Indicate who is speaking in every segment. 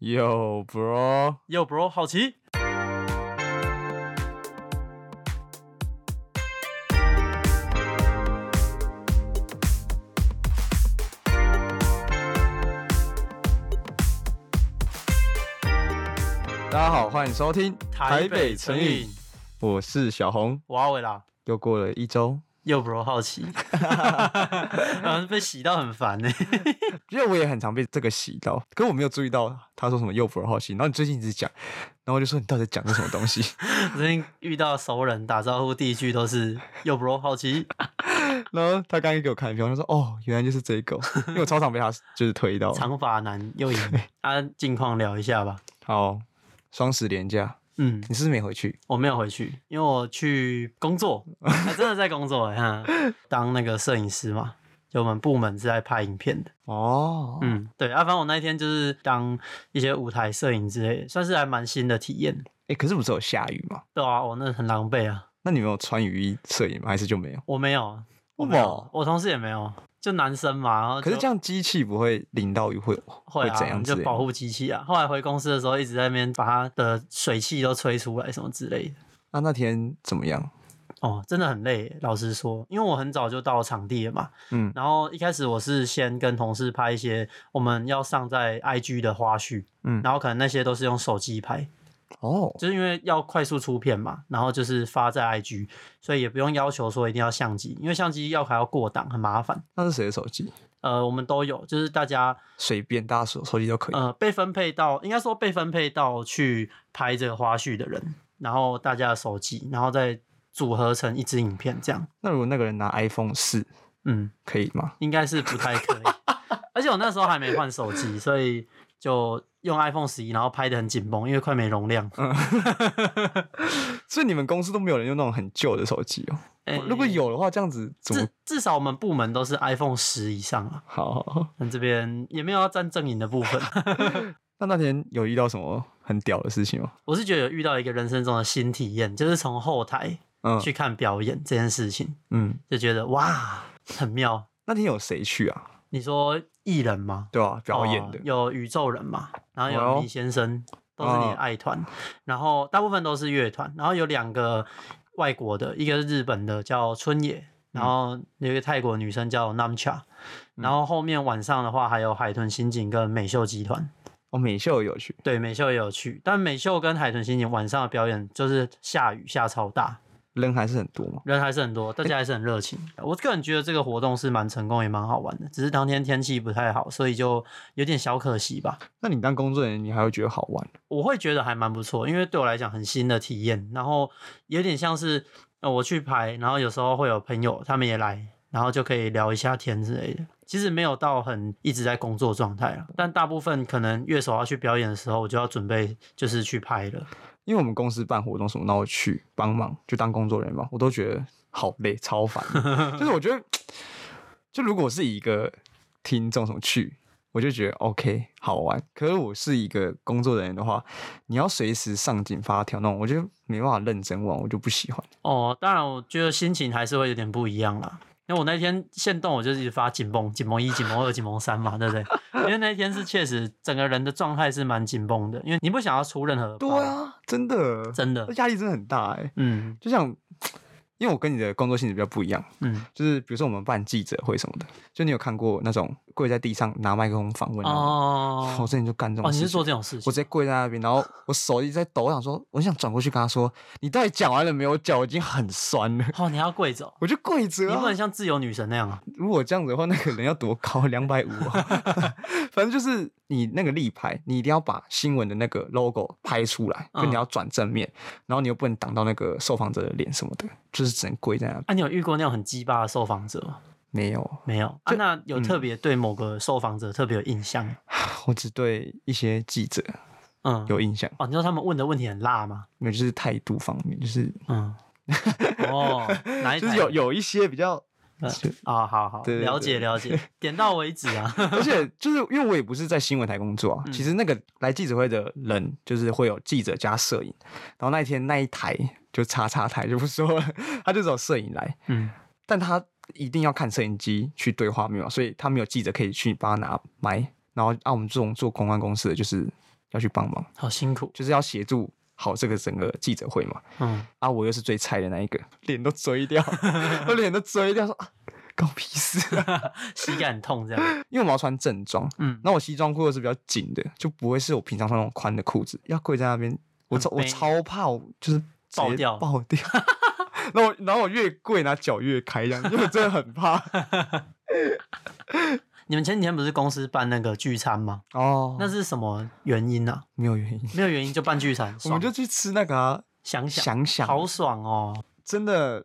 Speaker 1: Yo bro，
Speaker 2: Yo bro，好奇。
Speaker 1: 大家好，欢迎收听
Speaker 2: 瘾，，
Speaker 1: 我是小红。
Speaker 2: 我阿伟啦。
Speaker 1: 又过了一周，
Speaker 2: Yo bro，好奇。然后被洗到很烦呢、
Speaker 1: 因为我也很常被这个洗到，可我没有注意到他说什么又 bro 好奇，然后你最近一直讲，然后我就说你到底在讲的什么东西？
Speaker 2: 我最近遇到熟人打招呼，第一句都是 Yo bro，好奇。
Speaker 1: 然后他刚刚给我看一票，他说哦，原来就是这个，因为我超常被他就是推到。
Speaker 2: 长发男又赢。啊，近况聊一下吧。
Speaker 1: 好，双十连假，
Speaker 2: 嗯，
Speaker 1: 你是不是没回去？
Speaker 2: 我没有回去，因为我去工作，还真的在工作哎、哈，当那个摄影师嘛。就我们部门是在拍影片的，
Speaker 1: 哦，
Speaker 2: 嗯，对，阿、啊、凡我那一天就是当一些舞台摄影之类的，算是还蛮新的体验。
Speaker 1: 哎，可是不是有下雨吗？
Speaker 2: 对啊，我那很狼狈啊，
Speaker 1: 那你们有穿雨衣摄影吗？还是就没有？
Speaker 2: 我没有，啊我
Speaker 1: 为什
Speaker 2: 没有
Speaker 1: 么，
Speaker 2: 我同事也没有，就男生嘛。然后
Speaker 1: 可是
Speaker 2: 就
Speaker 1: 这样机器不会淋到雨会
Speaker 2: 会啊，
Speaker 1: 怎样欸
Speaker 2: 你
Speaker 1: 之
Speaker 2: 就
Speaker 1: 类的
Speaker 2: 保护机器啊。后来回公司的时候，一直在那边把它的水汽都吹出来什么之类的。
Speaker 1: 那那天怎么样？
Speaker 2: 哦，真的很累，老实说，因为我很早就到场地了嘛。
Speaker 1: 嗯
Speaker 2: 然后一开始我是先跟同事拍一些我们要上在 IG 的花絮，
Speaker 1: 嗯
Speaker 2: 然后可能那些都是用手机拍，
Speaker 1: 哦，
Speaker 2: 就是因为要快速出片嘛，然后就是发在 IG，所以也不用要求说一定要相机，因为相机要还要过档，很麻烦。
Speaker 1: 那是谁的手机？
Speaker 2: 呃，我们都有，就是大家
Speaker 1: 随便，大家手手机都可以。
Speaker 2: 呃被分配到，应该说被分配到去拍这个花絮的人，然后大家的手机，然后再组合成一支影片这样。
Speaker 1: 那如果那个人拿 iPhone 四，
Speaker 2: 嗯，
Speaker 1: 可以吗？
Speaker 2: 应该是不太可以。 而且我那时候还没换手机，所以就用 iPhone 十一，然后拍的很紧绷，因为快没容量。
Speaker 1: 哦 所以你们公司都没有人用那种很旧的手机哦。
Speaker 2: 哎
Speaker 1: 如果有的话，这样子怎么
Speaker 2: 至？至少我们部门都是 iPhone 十以上啊，
Speaker 1: 好好好，
Speaker 2: 那这边也没有要占阵营的部分。
Speaker 1: 那那天有遇到什么很屌的事情吗？
Speaker 2: 我是觉得有遇到一个人生中的新体验，就是从后台
Speaker 1: 嗯
Speaker 2: 去看表演这件事情，
Speaker 1: 嗯，
Speaker 2: 就觉得哇，很妙。
Speaker 1: 那天有谁去啊？
Speaker 2: 你说艺人吗？
Speaker 1: 对啊，表演的
Speaker 2: 哦、有宇宙人嘛，然后
Speaker 1: 哦嗯
Speaker 2: 有李先生，都是你的爱团，然后大部分都是乐团，然后有两个外国的，一个是日本的叫春野，
Speaker 1: 嗯
Speaker 2: 然后有一个泰国女生叫 Namcha，然后后面晚上的话还有海豚刑警跟美秀集团，
Speaker 1: 哦，美秀也有去
Speaker 2: 对美秀也有去，但美秀跟海豚刑警晚上的表演就是下雨下超大，
Speaker 1: 人还是很多嘛。
Speaker 2: 人还是很多，大家还是很热情。我个人觉得这个活动是蛮成功也蛮好玩的，只是当天天气不太好，所以就有点小可惜吧。
Speaker 1: 那你当工作人员，你还会觉得好玩？
Speaker 2: 我会觉得还蛮不错，因为对我来讲很新的体验，然后有点像是、呃、我去排，然后有时候会有朋友他们也来，然后就可以聊一下天之类的。其实没有到很一直在工作状态啊，但大部分可能乐手要去表演的时候，我就要准备就是去拍了。
Speaker 1: 因为我们公司办活动什么，那我去帮忙，就当工作人员嘛，我都觉得好累，超烦的。 就是我觉得，就如果是一个听众什么去，我就觉得 OK 好玩。可是我是一个工作人员的话，你要随时上紧发条那种，我就没办法认真玩，我就不喜欢。
Speaker 2: 哦，当然我觉得心情还是会有点不一样啦。因为我那天现动，我就是一直发紧绷、紧绷一、紧绷二、紧绷三嘛，对不对？因为那一天是确实整个人的状态是蛮紧绷的，因为你不想要出任何
Speaker 1: 对
Speaker 2: 包，
Speaker 1: 啊，真的，
Speaker 2: 真的
Speaker 1: 那，压力真的很大哎、
Speaker 2: 嗯
Speaker 1: 就像，因为我跟你的工作性质比较不一样，
Speaker 2: 嗯，
Speaker 1: 就是比如说我们办记者会什么的，就你有看过那种跪在地上拿麦克风访问那种吗？
Speaker 2: 哦
Speaker 1: 我之前就干这种
Speaker 2: 哦，
Speaker 1: 事
Speaker 2: 你
Speaker 1: 情。
Speaker 2: 是做这种事
Speaker 1: 我直？
Speaker 2: 情
Speaker 1: 接跪在那边，然后我手一直在抖，我想说，我想转过去跟他说：“你到底讲完了没有？脚已经很酸了。
Speaker 2: 哦，你要跪着哦”，
Speaker 1: 我就跪
Speaker 2: 你
Speaker 1: 着
Speaker 2: 不
Speaker 1: 啊
Speaker 2: 能！像自由女神那样啊。
Speaker 1: 如果这样子的话，那个人要多高？两百五啊！ 反正就是你那个立牌，你一定要把新闻的那个 logo 拍出来，就
Speaker 2: 嗯
Speaker 1: 你要转正面，然后你又不能挡到那个受访者的脸什么的，就是只能跪在那。
Speaker 2: 啊，你有遇过那种很鸡巴的受访者吗？
Speaker 1: 没有，
Speaker 2: 没有啊？
Speaker 1: 就嗯
Speaker 2: 那有特别对某个受访者特别有印象吗？
Speaker 1: 我只对一些记者
Speaker 2: 嗯，
Speaker 1: 有印象，
Speaker 2: 哦，你说他们问的问题很辣吗？
Speaker 1: 没有就是态度方面，就是
Speaker 2: 嗯，哦，哪一
Speaker 1: 就是
Speaker 2: 台
Speaker 1: 有有一些比较。
Speaker 2: 嗯
Speaker 1: 就
Speaker 2: 啊？好好，
Speaker 1: 对对
Speaker 2: 了解
Speaker 1: 对
Speaker 2: 了解，点到为止啊。
Speaker 1: 而且就是因为我也不是在新闻台工作啊，其实那个来记者会的人就是会有记者加摄影，然后那一天那一台就叉叉台就不说了，他就只有摄影来，
Speaker 2: 嗯，
Speaker 1: 但他一定要看摄影机去对画面嘛，所以他没有记者可以去帮他拿麦，然后啊我们这种做公关公司的就是要去帮忙，
Speaker 2: 好辛苦，
Speaker 1: 就是要协助好这个整个记者会嘛。
Speaker 2: 嗯，
Speaker 1: 啊，我又是最菜的那一个，脸都追掉， 我脸都追掉，说啊，搞屁事、啊！
Speaker 2: 膝盖很痛这样，
Speaker 1: 因为我们要穿正装，
Speaker 2: 嗯，
Speaker 1: 那我西装裤又是比较紧的，就不会是我平常穿那种宽的裤子，要跪在那边，我
Speaker 2: 很
Speaker 1: 超我
Speaker 2: 悲
Speaker 1: 超怕我就是直接
Speaker 2: 爆掉
Speaker 1: 爆掉。 然后我然后我越跪，然后脚越开，这样，因为我真的很怕。
Speaker 2: 你们前几天不是公司办那个聚餐吗？
Speaker 1: 哦，
Speaker 2: 那是什么原因啊？
Speaker 1: 没有原因，
Speaker 2: 没有原因就办聚餐，
Speaker 1: 我
Speaker 2: 爽
Speaker 1: 们就去吃那个、啊、
Speaker 2: 想想
Speaker 1: 想想，
Speaker 2: 好爽哦！
Speaker 1: 真的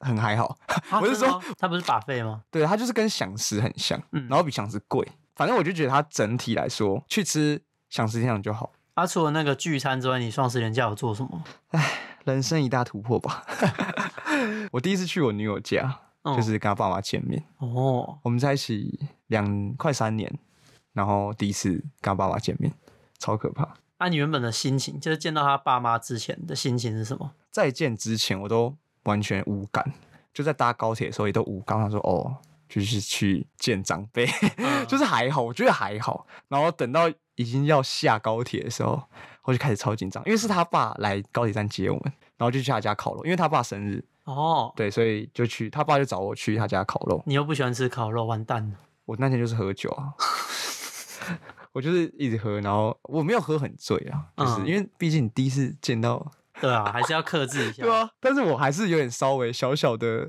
Speaker 1: 很还好。
Speaker 2: 啊
Speaker 1: 我是
Speaker 2: 真的吗他不是把费吗？
Speaker 1: 对，它就是跟享食很像，
Speaker 2: 嗯
Speaker 1: 然后比享食贵。反正我就觉得它整体来说，去吃享食天堂就好。
Speaker 2: 啊，除了那个聚餐之外，你双十连假有做什么？
Speaker 1: 人生一大突破吧！ 我第一次去我女友家，
Speaker 2: 嗯
Speaker 1: 就是跟她爸妈见面。
Speaker 2: 哦，
Speaker 1: 我们在一起两快三年，然后第一次跟她爸妈见面，超可怕。
Speaker 2: 那、啊你原本的心情，就是见到他爸妈之前的心情是什么？
Speaker 1: 再见之前，我都完全无感，就在搭高铁的时候也都无感。他说：“哦，就是去见长辈，
Speaker 2: 哦
Speaker 1: 就是还好，我觉得还好。”然后等到已经要下高铁的时候，我就开始超紧张，因为是他爸来高铁站接我们，然后就去他家烤肉，因为他爸生日，
Speaker 2: 哦，
Speaker 1: 对，所以就去他爸就找我去他家烤肉。
Speaker 2: 你又不喜欢吃烤肉，完蛋了。
Speaker 1: 我那天就是喝酒 啊，我就是一直喝，然后我没有喝很醉啊，就是、
Speaker 2: 嗯
Speaker 1: 因为毕竟第一次见到，
Speaker 2: 对啊，还是要克制一下。
Speaker 1: 对啊，但是我还是有点稍微小小的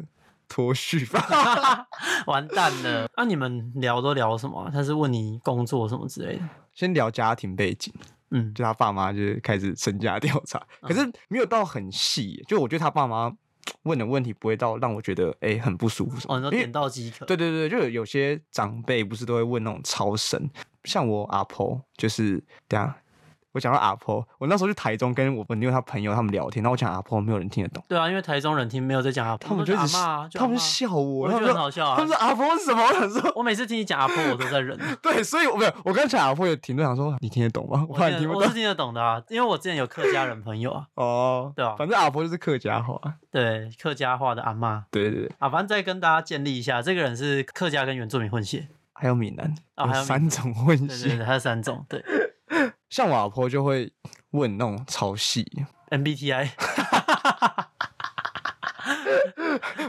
Speaker 1: 脱序 吧。
Speaker 2: 完蛋了。啊那、你们聊都聊什么啊？他是问你工作什么之类的。
Speaker 1: 先聊家庭背景，
Speaker 2: 嗯，
Speaker 1: 就他爸妈就是开始身家调查，可是没有到很细耶，就我觉得他爸妈问的问题不会到让我觉得哎、很不舒服什么
Speaker 2: 哦，你说
Speaker 1: 因为
Speaker 2: 点到即可。
Speaker 1: 对对对，就有有些长辈不是都会问那种超神，像我阿婆就是这样。我讲到阿婆，我那时候去台中跟我我女友她朋友他们聊天，然后我讲阿婆没有人听得懂，
Speaker 2: 对啊，因为台中人听没有在讲阿婆，
Speaker 1: 他们就
Speaker 2: 都
Speaker 1: 一
Speaker 2: 是
Speaker 1: 直
Speaker 2: 阿妈，就
Speaker 1: 他们
Speaker 2: 阿
Speaker 1: 就
Speaker 2: 嬷
Speaker 1: 笑我，
Speaker 2: 我
Speaker 1: 他
Speaker 2: 觉
Speaker 1: 们
Speaker 2: 得很
Speaker 1: 说
Speaker 2: 好笑
Speaker 1: 他
Speaker 2: 啊
Speaker 1: 们。说阿婆是什么？我想说
Speaker 2: 我每次听你讲阿婆，我都在忍。
Speaker 1: 对，所以我没有，我刚讲阿婆有停顿，想说你听得懂吗？ 我
Speaker 2: 我
Speaker 1: 怕
Speaker 2: 听
Speaker 1: 你
Speaker 2: 得
Speaker 1: 听不
Speaker 2: 我
Speaker 1: 懂
Speaker 2: 是听得懂的啊，因为我之前有客家人朋友啊，
Speaker 1: 哦。
Speaker 2: 对啊
Speaker 1: 反正阿婆就是客家话，
Speaker 2: 对客家话的阿妈
Speaker 1: 对对对，
Speaker 2: 啊，反正再跟大家建立一下，这个人是客家跟原住民混血，
Speaker 1: 还有闽南，
Speaker 2: 哦还有
Speaker 1: 有
Speaker 2: 闽
Speaker 1: 三种混
Speaker 2: 对对
Speaker 1: 血。
Speaker 2: 对，他有三种，对
Speaker 1: 像我阿婆就会问那种超细，
Speaker 2: MBTI，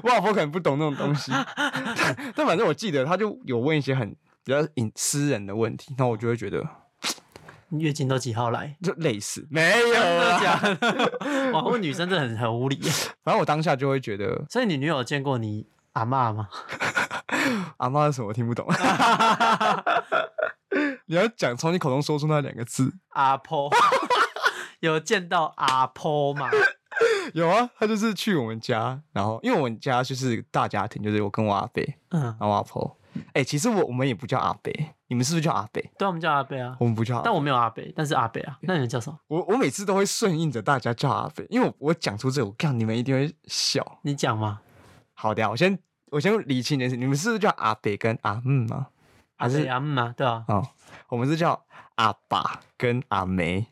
Speaker 1: 我老婆可能不懂那种东西， 但但反正我记得，她就有问一些很比较隐私人的问题，那我就会觉得
Speaker 2: 月经都几号来？
Speaker 1: 就类似没有
Speaker 2: 真的
Speaker 1: 啦，
Speaker 2: 假的？ 哇，问女生真的很很无理 耶。
Speaker 1: 反正我当下就会觉得
Speaker 2: 所以你女友见过你阿嬷吗？
Speaker 1: 阿妈是什么听不懂， 你要讲从你口中说出那两个字，
Speaker 2: 阿婆 有见到阿 婆吗？
Speaker 1: 有啊，她就是去我们家，然后因为我们家就是大家庭，就是我跟我阿伯，
Speaker 2: 嗯，
Speaker 1: 然后我阿婆，哎、其实我我们也不叫阿伯，你们是不是叫阿伯？
Speaker 2: 对啊，我们叫阿贝啊
Speaker 1: 我，们不叫阿伯，
Speaker 2: 但我没有阿贝，但是阿贝啊，那你们叫什么？
Speaker 1: 我我每次都会顺应着大家叫阿伯，因为我我讲出这个，我看你们一定会笑。
Speaker 2: 你讲吗？
Speaker 1: 好的啊，我先我先理清一件事，你们是不是叫阿北跟阿嗯吗？还
Speaker 2: 阿
Speaker 1: 是
Speaker 2: 贝阿姆啊，对啊，
Speaker 1: 哦，我们是叫阿爸跟阿梅，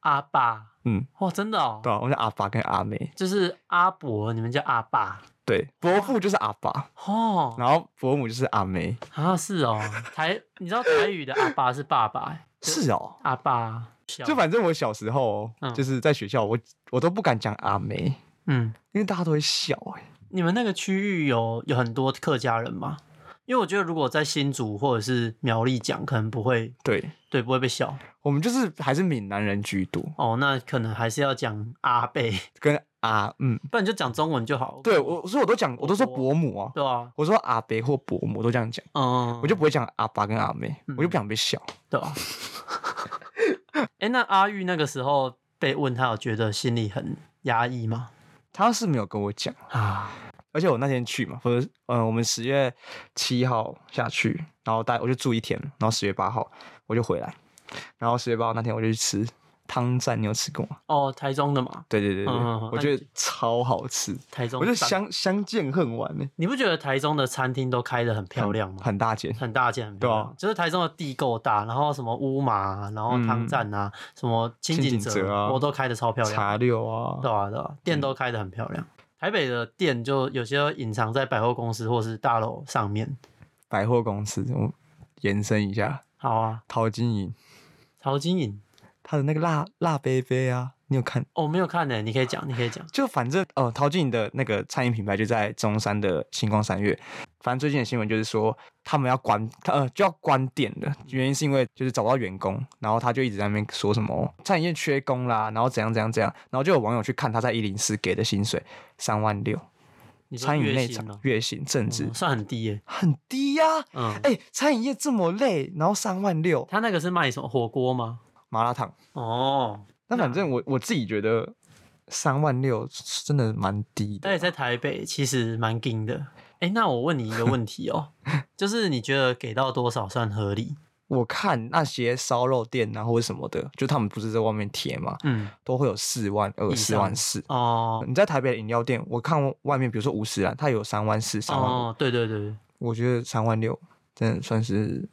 Speaker 2: 阿爸，
Speaker 1: 嗯，
Speaker 2: 哇，真的哦，
Speaker 1: 对啊、我们叫阿爸跟阿梅，
Speaker 2: 就是阿伯，你们叫阿爸
Speaker 1: 对，伯父就是阿爸，
Speaker 2: 哦
Speaker 1: 然后伯母就是阿梅，
Speaker 2: 啊，是哦，台，你知道台语的阿爸是爸爸欸，
Speaker 1: 是哦。
Speaker 2: 阿爸，小
Speaker 1: 就反正我小时候哦、
Speaker 2: 嗯
Speaker 1: 就是在学校，我我都不敢讲阿梅，
Speaker 2: 嗯，
Speaker 1: 因为大家都会笑哎、
Speaker 2: 你们那个区域有有很多客家人吗？因为我觉得如果在新竹或者是苗栗讲，可能不会，
Speaker 1: 对
Speaker 2: 对，不会被笑
Speaker 1: 我们就是还是闽南人居多，
Speaker 2: 哦。那可能还是要讲阿贝，
Speaker 1: 跟阿嗯，
Speaker 2: 不然就讲中文就好。
Speaker 1: 对我所以我都讲，我都说伯母啊，
Speaker 2: 对啊，
Speaker 1: 我说阿北或伯母我都这样讲，
Speaker 2: 嗯，
Speaker 1: 我就不会讲阿爸跟阿妹，我就不想被笑。
Speaker 2: 对啊。哎、那阿玉那个时候被问，他有觉得心里很压抑吗？
Speaker 1: 他是没有跟我讲，
Speaker 2: 啊，
Speaker 1: 而且我那天去嘛，不是，嗯，我们十月七号下去，然后待我就住一天，然后十月八号我就回来，然后十月八号那天我就去吃汤站，你有吃过吗？
Speaker 2: 哦，台中的嘛，
Speaker 1: 对对对对，
Speaker 2: 嗯嗯嗯
Speaker 1: 我觉得超好吃，
Speaker 2: 台中
Speaker 1: 我就
Speaker 2: 站，
Speaker 1: 相相见恨晚呢、
Speaker 2: 你不觉得台中的餐厅都开得很漂亮吗？
Speaker 1: 很大间，
Speaker 2: 很大间，很漂亮
Speaker 1: 对啊
Speaker 2: 就是台中的地够大，然后什么乌马啊、然后汤站啊，什么
Speaker 1: 嗯
Speaker 2: 清
Speaker 1: 清
Speaker 2: 景
Speaker 1: 景
Speaker 2: 泽
Speaker 1: 泽啊
Speaker 2: 我都开的超漂亮，
Speaker 1: 茶六啊，
Speaker 2: 对啊对啊，店都开的很漂亮。台北的店就有些隐藏在百货公司或是大楼上面。
Speaker 1: 百货公司，我延伸一下，
Speaker 2: 好啊，
Speaker 1: 淘金银，
Speaker 2: 陶晶莹，
Speaker 1: 他的那个辣辣杯杯啊，你有看？
Speaker 2: 哦，我没有看呢、你可以讲，你可以讲。
Speaker 1: 就反正哦，陶晶莹的那个餐饮品牌就在中山的星光三月。反正最近的新闻就是说，他们要关，他呃就要关店了，原因是因为就是找不到员工，然后他就一直在那边说什么餐饮业缺工啦，然后怎样怎样怎样，然后就有网友去看他在一零四给的薪水三万六，
Speaker 2: 你说
Speaker 1: 餐饮
Speaker 2: 月
Speaker 1: 内
Speaker 2: 薪
Speaker 1: 场
Speaker 2: 哦
Speaker 1: 月薪正职
Speaker 2: 哦算很低耶、
Speaker 1: 很低呀、
Speaker 2: 嗯，
Speaker 1: 哎、餐饮业这么累，然后三万六
Speaker 2: 他那个是卖什么火锅吗？
Speaker 1: 麻辣烫，
Speaker 2: 哦，
Speaker 1: 那反正我我自己觉得三万六真的蛮低的啊、
Speaker 2: 但也在台北，其实蛮硬的。哎、那我问你一个问题 哦、就是你觉得给到多少算合理？
Speaker 1: 我看那些烧肉店啊或者什么的，就他们不是在外面贴嘛，
Speaker 2: 嗯，
Speaker 1: 都会有四万二、
Speaker 2: 以
Speaker 1: 四
Speaker 2: 上
Speaker 1: 万四。
Speaker 2: 哦，
Speaker 1: 你在台北的饮料店，我看外面，比如说五十兰，它有三万四、三万五，
Speaker 2: 哦，对对对，对
Speaker 1: 我觉得三万六真的算是，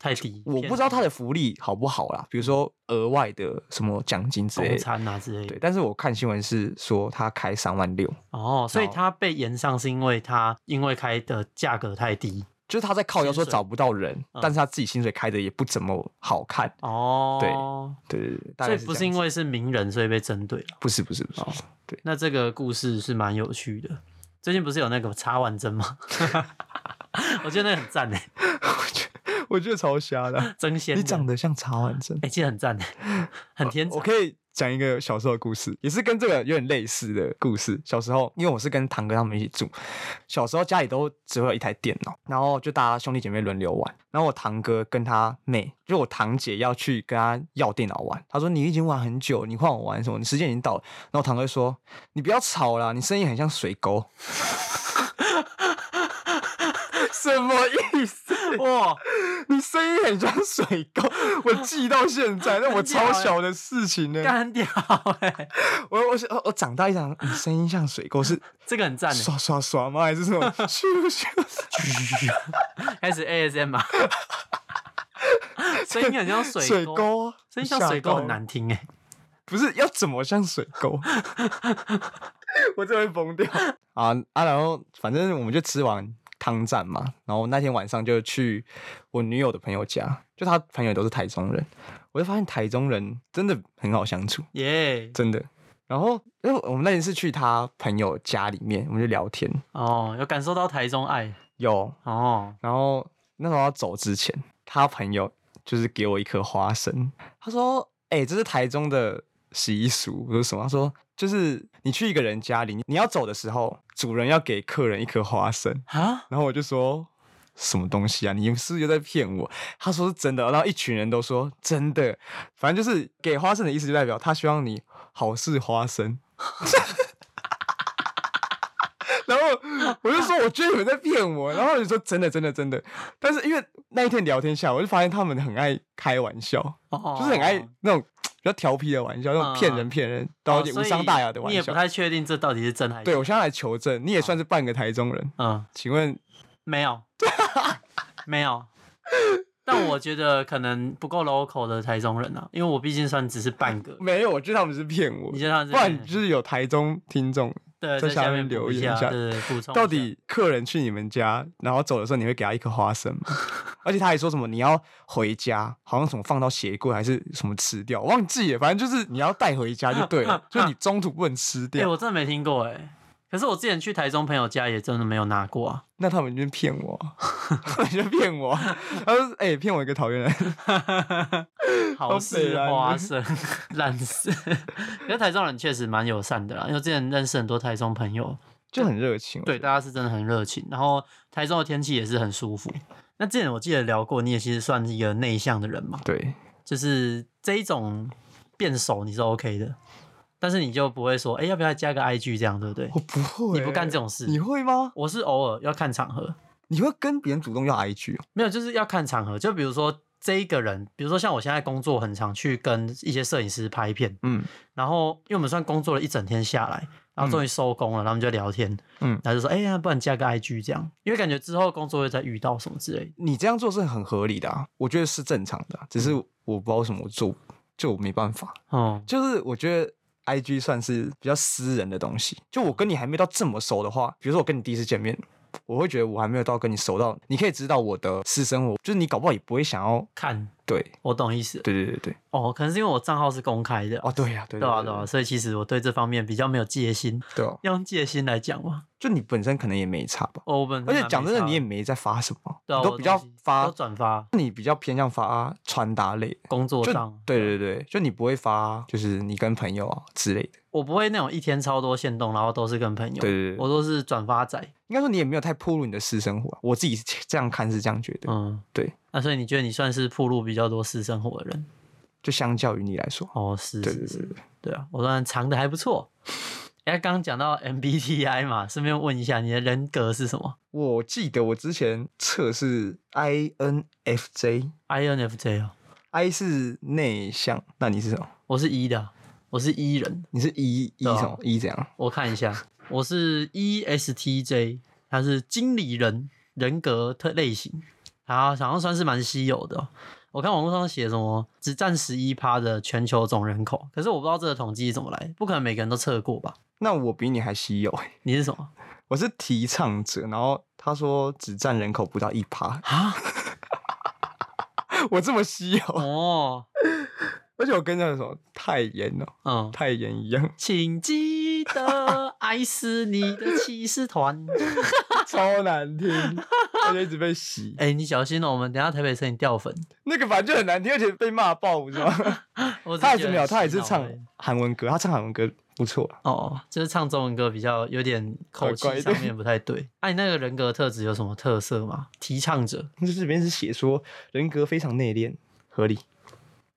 Speaker 2: 太低。
Speaker 1: 我
Speaker 2: 偏
Speaker 1: 不知道
Speaker 2: 低
Speaker 1: 它的福利好不好啦，比如说额外的什么奖金之类
Speaker 2: 公
Speaker 1: 的。
Speaker 2: 餐啊之类
Speaker 1: 对，
Speaker 2: 的。
Speaker 1: 但是我看新闻是说他开三万六，
Speaker 2: 哦，所以
Speaker 1: 然后
Speaker 2: 他被延上是因为他因为开的价格太低。
Speaker 1: 就是他在靠腰说
Speaker 2: 薪水
Speaker 1: 找不到人，
Speaker 2: 嗯
Speaker 1: 但是他自己薪水开的也不怎么好看。
Speaker 2: 哦，
Speaker 1: 对对对，大
Speaker 2: 所
Speaker 1: 概
Speaker 2: 以
Speaker 1: 是
Speaker 2: 不
Speaker 1: 这
Speaker 2: 是
Speaker 1: 样
Speaker 2: 因哦
Speaker 1: 子
Speaker 2: 为是名人所以被针对了。
Speaker 1: 不是不是不是，不是对，
Speaker 2: 那这个故事是蛮有趣的。最近不是有那个茶碗蒸吗？ 我觉得那个很赞诶，
Speaker 1: 我觉得超瞎的。
Speaker 2: 争先
Speaker 1: 你
Speaker 2: 的
Speaker 1: 长得哦像茶碗蒸。
Speaker 2: 哎、其实很赞诶，很天才
Speaker 1: 我。可以讲一个小时候的故事，也是跟这个有点类似的故事。小时候，因为我是跟堂哥他们一起住，小时候家里都只会有一台电脑，然后就大家兄弟姐妹轮流玩。然后我堂哥跟他妹，就我堂姐要去跟他要电脑玩，他说你已经玩很久，你换我玩什么？你时间已经到了。然后我堂哥说你不要吵啦，你声音很像水沟。什么意思？
Speaker 2: 哇，
Speaker 1: 你声音很像水沟，我记到现在，那我超小的事情呢、
Speaker 2: 干掉哎、
Speaker 1: 我我是我我长大一想，你声音像水沟 是
Speaker 2: 这个很赞欸诶，
Speaker 1: 刷刷刷吗？还是什 么咻咻咻
Speaker 2: 开始 ASM 啊， 声音很像
Speaker 1: 水
Speaker 2: 水沟，
Speaker 1: 沟啊？
Speaker 2: 声音像
Speaker 1: 吓
Speaker 2: 水沟
Speaker 1: 到
Speaker 2: 很难听哎、
Speaker 1: 不是要怎么像水沟？ 我真的会疯掉 啊啊！然后反正我们就吃完汤站嘛，然后那天晚上就去我女友的朋友家，就她朋友都是台中人，我就发现台中人真的很好相处。
Speaker 2: 耶、
Speaker 1: 真的。然后，因为我们那天是去他朋友家里面，我们就聊天，
Speaker 2: 哦，有感受到台中爱
Speaker 1: 有。
Speaker 2: 哦，
Speaker 1: 然后那时候要走之前，他朋友就是给我一颗花生，他说：“哎、这是台中的习俗。”我说：“什么？”他说：“就是你去一个人家里，你你要走的时候，主人要给客人一颗花生。
Speaker 2: 啊”，
Speaker 1: 然后我就说。什么东西啊？你是不是又在骗我？他说是真的，然后一群人都说真的，反正就是给花生的意思，就代表他希望你好事花生。 然后我就说，我觉得你们在骗我。然后你说真的，真的，真的。但是因为那一天聊天下来，我就发现他们很爱开玩笑，
Speaker 2: 哦
Speaker 1: 就是很爱那种比较调皮的玩笑，那种骗人
Speaker 2: 嗯
Speaker 1: 骗人，然后也
Speaker 2: 哦
Speaker 1: 无伤大雅的
Speaker 2: 所以
Speaker 1: 玩
Speaker 2: 你也
Speaker 1: 笑
Speaker 2: 不。太确定这到底是真还是
Speaker 1: 对，
Speaker 2: 假
Speaker 1: 我现在来求证，你也算是半个台中人，
Speaker 2: 嗯，
Speaker 1: 请问
Speaker 2: 没有，没有。但我觉得可能不够 local 的台中人啊，因为我毕竟算只是半个。
Speaker 1: 没有？我觉得他们是骗我
Speaker 2: 你，就像是
Speaker 1: 不然就是有台中听众，
Speaker 2: 对
Speaker 1: 在
Speaker 2: 在
Speaker 1: 下面
Speaker 2: 面补
Speaker 1: 留言
Speaker 2: 一
Speaker 1: 一下
Speaker 2: 对对，补充一
Speaker 1: 到
Speaker 2: 下
Speaker 1: 底客人去你们家，然后走的时候，你会给他一颗花生 吗？而且他还说什么你要回家，好像什么放到鞋柜还是什么吃掉，我忘记了，反正就是你要带回家就对了， 就是你中途不能吃
Speaker 2: 哎、
Speaker 1: 掉。
Speaker 2: 我真的没听过哎、可是我之前去台中朋友家也真的没有拿过 啊。
Speaker 1: 那他们就骗 我啊，他们就骗我啊，他说哎骗、我一个桃园人，
Speaker 2: 好
Speaker 1: 北
Speaker 2: 事
Speaker 1: 兰
Speaker 2: 花
Speaker 1: 的
Speaker 2: 生 烂事， 可是台中人确实蛮友善的啦，因为之前认识很多台中朋友，
Speaker 1: 就很热情。
Speaker 2: 对，大家是真的很热情。然后台中的天气也是很舒服。那之前我记得聊过，你也其实算是一个内向的人嘛，
Speaker 1: 对，
Speaker 2: 就是这一种变熟你是 OK 的，但是你就不会说，哎、要不要加个 IG 这样，对不对？
Speaker 1: 我不会、
Speaker 2: 你不干这种事
Speaker 1: 你会吗？
Speaker 2: 我是偶尔要看场合，
Speaker 1: 你会跟别人主动要 IG？哦
Speaker 2: 没有，就是要看场合。就比如说这一个人，比如说像我现在工作很常去跟一些摄影师拍片，
Speaker 1: 嗯，
Speaker 2: 然后因为我们算工作了一整天下来，然后终于收工了，然后我们就聊天，
Speaker 1: 嗯
Speaker 2: 然后就说，哎、呀，不然加个 IG 这样，因为感觉之后工作会再遇到什么之类的。
Speaker 1: 你这样做是很合理的啊，我觉得是正常的啊、只是
Speaker 2: 嗯
Speaker 1: 我不知道为什么我做，就我没办法。
Speaker 2: 哦、
Speaker 1: 就是我觉得 I G 算是比较私人的东西。就我跟你还没到这么熟的话，比如说我跟你第一次见面，我会觉得我还没有到跟你熟到，你可以知道我的私生活，就是你搞不好也不会想要
Speaker 2: 看
Speaker 1: 对
Speaker 2: 我懂意思。
Speaker 1: 对对对对，
Speaker 2: 哦，可能是因为我账号是公开的，
Speaker 1: 哦对呀、对
Speaker 2: 对啊对啊，所以其实我对这方面比较没有戒心，
Speaker 1: 对啊，
Speaker 2: 要用戒心来讲嘛。
Speaker 1: 就你本身可能也没差吧，
Speaker 2: 哦，我本身
Speaker 1: 而且
Speaker 2: 还
Speaker 1: 讲
Speaker 2: 没
Speaker 1: 真的，
Speaker 2: 查
Speaker 1: 你也没在发什么，
Speaker 2: 对啊，
Speaker 1: 你都
Speaker 2: 我的
Speaker 1: 比较
Speaker 2: 东西
Speaker 1: 发
Speaker 2: 都，转发
Speaker 1: 你比较偏向发穿搭类的，
Speaker 2: 工作
Speaker 1: 就
Speaker 2: 上，
Speaker 1: 对对对，就你不会发就是你跟朋友啊之类的，
Speaker 2: 我不会那种一天超多限动，然后都是跟朋友，
Speaker 1: 对对
Speaker 2: 我
Speaker 1: 对，
Speaker 2: 都是转发仔。
Speaker 1: 应该说你也没有太暴露你的私生活啊、我自己是这样看是这样觉得，
Speaker 2: 嗯，
Speaker 1: 对。
Speaker 2: 那所以你觉得你算是铺路比较多私生活的人？
Speaker 1: 就相较于你来说，
Speaker 2: 哦，是
Speaker 1: 对
Speaker 2: 是
Speaker 1: 对
Speaker 2: 是
Speaker 1: 对，，
Speaker 2: 对啊，我算藏的还不错。哎，刚刚讲到 MBTI 嘛，顺便问一下你的人格是什么
Speaker 1: 我记得我之前测试 INFJ。
Speaker 2: ？INFJ 哦，
Speaker 1: I 是内向，那你是什么？
Speaker 2: 我是 E 的啊，我是 E 人。
Speaker 1: 你是 E E
Speaker 2: 对啊
Speaker 1: 什么？E 怎样？
Speaker 2: 我看一下，我是 E ESTJ，他是经理人人格特类型，他好像算是蛮稀有的哦、我看网络上写什么只占十一趴的全球总人口，可是我不知道这个统计是怎么来的，不可能每个人都测过吧？
Speaker 1: 那我比你还稀有、欸，
Speaker 2: 你是什么
Speaker 1: 我是提倡者。然后他说只占人口不到一趴，
Speaker 2: 啊？
Speaker 1: 我这么稀有，啊
Speaker 2: 哦，
Speaker 1: 而且我跟那个什么泰妍哦，
Speaker 2: 嗯，，
Speaker 1: 泰妍一样
Speaker 2: 请记得爱是你的骑士 团。
Speaker 1: 超难听， 而且一直被洗。
Speaker 2: 哎、你小心哦，我们等一下台北车你掉粉。那
Speaker 1: 那个反正就很难听，而且被骂爆，不知道。
Speaker 2: 我只
Speaker 1: 他也
Speaker 2: 觉
Speaker 1: 是
Speaker 2: 得
Speaker 1: 没有，他也
Speaker 2: 洗
Speaker 1: 是
Speaker 2: 脑
Speaker 1: 唱
Speaker 2: 而已
Speaker 1: 韩文歌，他唱韩文歌不错啊啦。
Speaker 2: 哦，就是唱中文歌比较有点口
Speaker 1: 怪
Speaker 2: 气
Speaker 1: 怪的
Speaker 2: 上面不太对。 哎、你那个人格特质有什么特色吗？提倡者
Speaker 1: 这这边是写说人格非常内敛，合理，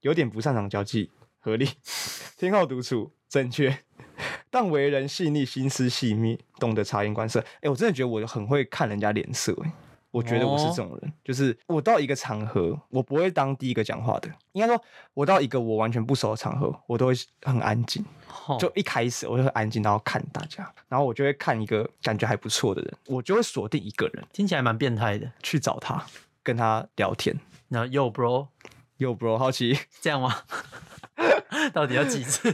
Speaker 1: 有点不擅长交际，合理， 听后独处，正确， 但为人细腻，心思细密，懂得察言观色。哎、我真的觉得我很会看人家脸色、哎，我觉得我是这种
Speaker 2: 哦
Speaker 1: 人，就是我到一个场合，我不会当第一个讲话的。应该说，我到一个我完全不熟的场合，我都会很安静。
Speaker 2: 吼
Speaker 1: 就一开始我就会安静，然后看大家，然后我就会看一个感觉还不错的人，我就会锁定一个人
Speaker 2: 听起来蛮变态的。
Speaker 1: 去找他，跟他聊天。
Speaker 2: 然后 Yo bro
Speaker 1: 有 bro 好奇，
Speaker 2: 这样吗？ 到底要几次？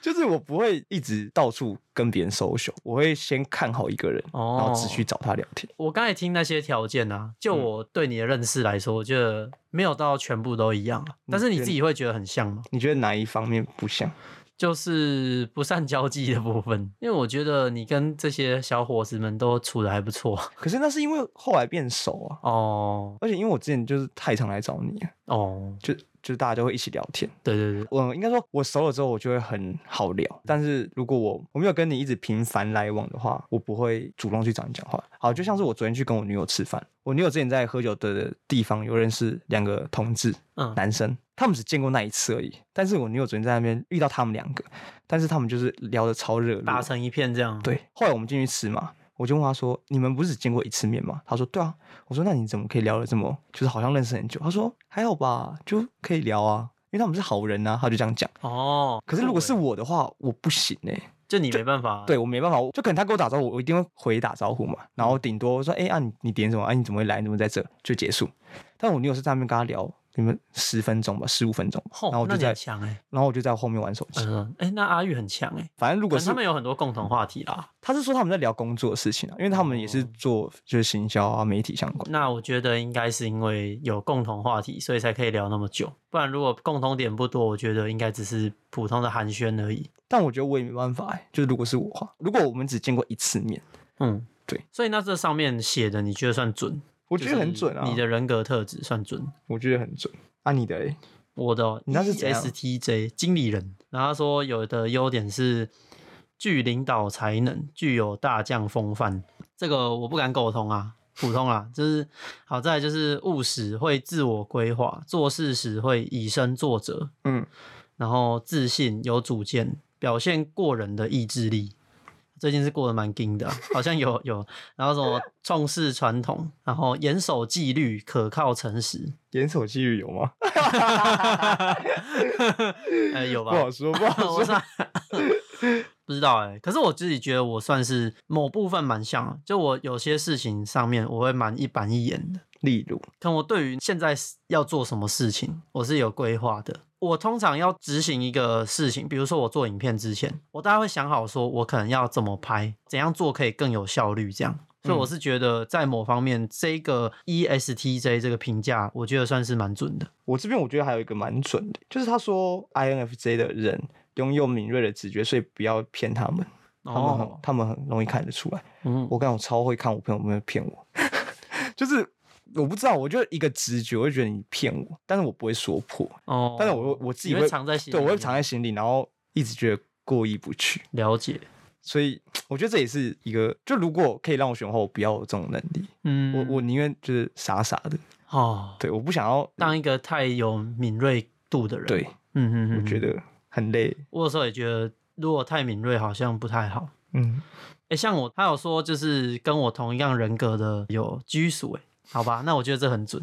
Speaker 1: 就是我不会一直到处跟别人 social，我会先看好一个 人，
Speaker 2: 哦
Speaker 1: 然后只去找他聊天。
Speaker 2: 我刚才听那些条件啊，就我对你的认识来说，我觉得没有到全部都一样啊。
Speaker 1: 嗯
Speaker 2: 但是你自己会觉得很像吗？
Speaker 1: 你觉得哪一方面不像？
Speaker 2: 就是不善交际的部分，因为我觉得你跟这些小伙子们都处的还不错。
Speaker 1: 可是那是因为后来变熟啊，
Speaker 2: 哦
Speaker 1: 而且因为我之前就是太常来找你啊，
Speaker 2: 哦，
Speaker 1: 就就大家就会一起聊天。
Speaker 2: 对对对，
Speaker 1: 我应该说，我熟了之后我就会很好聊。但是如果我我没有跟你一直频繁来往的话，我不会主动去找你讲话。好，就像是我昨天去跟我女友吃饭，我女友之前在喝酒的地方有认识两个同志
Speaker 2: 嗯，
Speaker 1: 男生，他们只见过那一次而已。但是我女友昨天在那边遇到他们两个，但是他们就是聊得超热
Speaker 2: 打
Speaker 1: 络。
Speaker 2: 成一片这样。
Speaker 1: 对，后来我们进去吃嘛。我就问他说：“你们不是只见过一次面吗？”他说：“对啊。”我说：“那你怎么可以聊得这么，就是好像认识很久？”他说：“还好吧，就可以聊啊，因为他们是好人啊。”他就这样讲。
Speaker 2: 哦，
Speaker 1: 可是如果是
Speaker 2: 我，
Speaker 1: 我的话，我不行哎、
Speaker 2: 就你没办法，
Speaker 1: 对我没办法，我就可能他跟我打招呼，我一定会回打招呼嘛，然后顶多说，哎、啊你你点什么？啊你怎么会来？你怎么在这？就结束。但我女友是在那边跟他聊，你们十分钟吧，十五分钟吧，
Speaker 2: 吼，
Speaker 1: 然后我
Speaker 2: 那
Speaker 1: 就
Speaker 2: 你
Speaker 1: 在
Speaker 2: 很，强哎、
Speaker 1: 然后我就在后面玩手机。
Speaker 2: 嗯，哎、那阿玉很强哎、
Speaker 1: 反正如
Speaker 2: 可
Speaker 1: 果
Speaker 2: 能
Speaker 1: 是
Speaker 2: 他们有很多共同话题啦。
Speaker 1: 他是说他们在聊工作的事情啊，因为他们也是
Speaker 2: 哦
Speaker 1: 做就是行销啊、媒体相关。
Speaker 2: 那我觉得应该是因为有共同话题，所以才可以聊那么久。不然如果共同点不多，我觉得应该只是普通的寒暄而已。
Speaker 1: 但我觉得我也没办法哎、就是如果是我的话，如果我们只见过一次面，
Speaker 2: 嗯，
Speaker 1: 对。
Speaker 2: 所以那这上面写的，你觉得算准？
Speaker 1: 我
Speaker 2: 我
Speaker 1: 觉得很准啊，
Speaker 2: 你的人格特质算准。
Speaker 1: 我觉得很准啊，你的嘞
Speaker 2: 我的哦
Speaker 1: 你那是怎样
Speaker 2: ESTJ 经理人，然后他说有的优点是具领导才能，具有大将风范。这个我不敢苟同啊，普通啦，就是好在就是务实，会自我规划，做事时会以身作则，
Speaker 1: 嗯，
Speaker 2: 然后自信有主见，表现过人的意志力。最近是过得蛮硬的啊、好像有有，然后什么重视传统，然后严守纪律，可靠诚实，
Speaker 1: 严守纪律有吗？
Speaker 2: 呃，有吧？
Speaker 1: 不好说，不 好
Speaker 2: 我
Speaker 1: 说。
Speaker 2: 算不知道哎、可是我自己觉得我算是某部分蛮像的，就我有些事情上面我会蛮一板一眼的。
Speaker 1: 例如，
Speaker 2: 可我对于现在是要做什么事情，我是有规划的。我通常要执行一个事情，比如说我做影片之前，我大概会想好说，我可能要怎么拍，怎样做可以更有效率，这样。
Speaker 1: 嗯
Speaker 2: 所以我是觉得在某方面，这个 ESTJ 这个评价，我觉得算是蛮准的。
Speaker 1: 我这边我觉得还有一个蛮准的，就是他说 INFJ 的人拥有敏锐的直觉，所以不要骗他们，他们很、
Speaker 2: 哦，
Speaker 1: 他们很容易看得出来。
Speaker 2: 嗯，
Speaker 1: 我刚我超会看我朋友有没有骗我， 就是我不知道，我就一个直觉，我会觉得你骗我，但是我不会说破，
Speaker 2: 哦，
Speaker 1: 但是我我自己
Speaker 2: 你
Speaker 1: 会
Speaker 2: 会藏在心里，
Speaker 1: 对我会藏在心里，然后一直觉得过意不去。
Speaker 2: 了解，
Speaker 1: 所以我觉得这也是一个，就如果可以让我选的话，我不要有这种能力，
Speaker 2: 嗯，
Speaker 1: 我我宁愿就是傻傻的，
Speaker 2: 哦，
Speaker 1: 对，我不想要，
Speaker 2: 当一个太有敏锐度的人，
Speaker 1: 对，
Speaker 2: 嗯，嗯嗯嗯，
Speaker 1: 我觉得很累，
Speaker 2: 我有时候也觉得，如果太敏锐好像不太好。
Speaker 1: 嗯，
Speaker 2: 哎、像我，他有说就是跟我同一样人格的有居属，哎，好吧，那我觉得这很准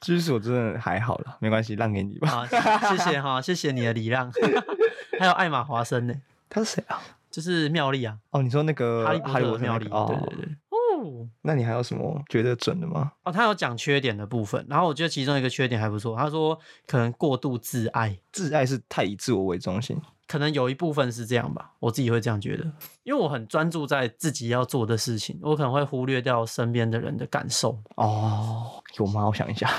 Speaker 1: 其实我真的还好啦，没关系，让给你吧。
Speaker 2: 啊，谢谢哈，谢谢你的礼让， 还有艾玛华生呢，
Speaker 1: 他是谁啊？
Speaker 2: 就是妙丽啊，
Speaker 1: 哦，你说那个
Speaker 2: 哈利波
Speaker 1: 哈利
Speaker 2: 特
Speaker 1: 波
Speaker 2: 的
Speaker 1: 特
Speaker 2: 妙
Speaker 1: 那
Speaker 2: 丽，
Speaker 1: 个哦，
Speaker 2: 对对对，哦。
Speaker 1: 那你还有什么觉得准的吗？
Speaker 2: 哦，他有讲缺点的部分，然后我觉得其中一个缺点还不错。他说可能过度自爱，
Speaker 1: 自爱是太以自我为中心，
Speaker 2: 可能有一部分是这样吧，我自己会这样觉得，因为我很专注在自己要做的事情，我可能会忽略掉身边的人的感受。
Speaker 1: 哦，有吗？我想 一下，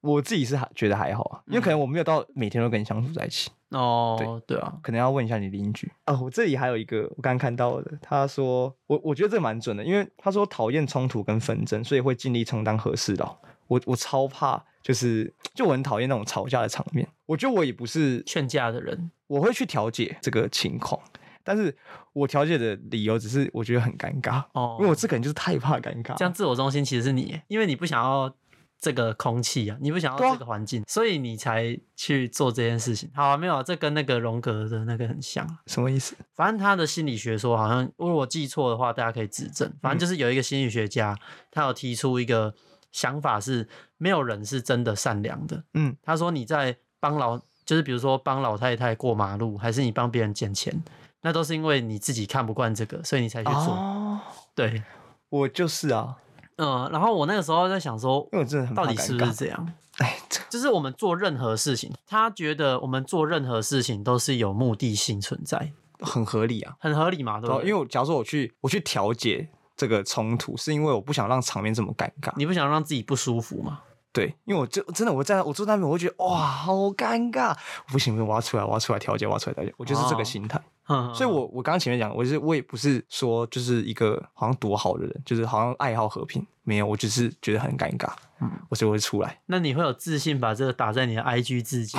Speaker 1: 我自己是还觉得还好啊，因为可能我没有到每天都跟你相处在一起，
Speaker 2: 哦，对啊，
Speaker 1: 可能要问一下你邻居哦。我这里还有一个我刚刚看到的，他说我我觉得这蛮准的，因为他说讨厌冲突跟纷争，所以会尽力充当和事佬。我我超怕，就是就我很讨厌那种吵架的场面。我觉得我也不是，
Speaker 2: 劝架的人，
Speaker 1: 我会去调解这个情况，但是我调解的理由只是我觉得很尴尬，
Speaker 2: 哦
Speaker 1: 因为我这个人就是太怕尴尬。
Speaker 2: 这样自我中心其实是你，因为你不想要这个空气啊，你不想
Speaker 1: 对啊
Speaker 2: 要这个环境，所以你才去做这件事情。好、啊，没有、啊，这跟那个荣格的那个很像啊。
Speaker 1: 什么意思？
Speaker 2: 反正他的心理学说，好像如果我记错的话，大家可以指正。反
Speaker 1: 嗯
Speaker 2: 正就是有一个心理学家，他有提出一个想法是，没有人是真的善良的。
Speaker 1: 嗯，
Speaker 2: 他说你在帮老，就是比如说帮老太太过马路，还是你帮别人捡钱，那都是因为你自己看不惯这个，所以你才去做。
Speaker 1: 哦，
Speaker 2: 对，
Speaker 1: 我就是啊，
Speaker 2: 嗯，然后我那个时候在想说
Speaker 1: 因，为我真的嗯很怕
Speaker 2: 到
Speaker 1: 尴
Speaker 2: 底
Speaker 1: 尬。
Speaker 2: 是不是这样？
Speaker 1: 哎，这
Speaker 2: 就是我们做任何事情，他觉得我们做任何事情都是有目的性存在，
Speaker 1: 很合理啊。
Speaker 2: 很合理嘛，
Speaker 1: 然
Speaker 2: 对不
Speaker 1: 后，
Speaker 2: 对？
Speaker 1: 因为我假如说我去我去调解这个冲突，是因为我不想让场面这么尴尬。
Speaker 2: 你不想让自己不舒服嘛？
Speaker 1: 对，因为我就真的我在我坐在那边，我会觉得哇，好尴尬，不行不行，我要出来，我要出来调解，我要出来调解，我就是这个
Speaker 2: 哦
Speaker 1: 心态。
Speaker 2: 哼
Speaker 1: 所以我我刚刚前面讲，我是我也不是说就是一个好像多好的人，就是好像爱好和平，没有，我只是觉得很尴尬，
Speaker 2: 嗯
Speaker 1: 我就会出来。
Speaker 2: 那你会有自信把这个打在你的 IG 字 界？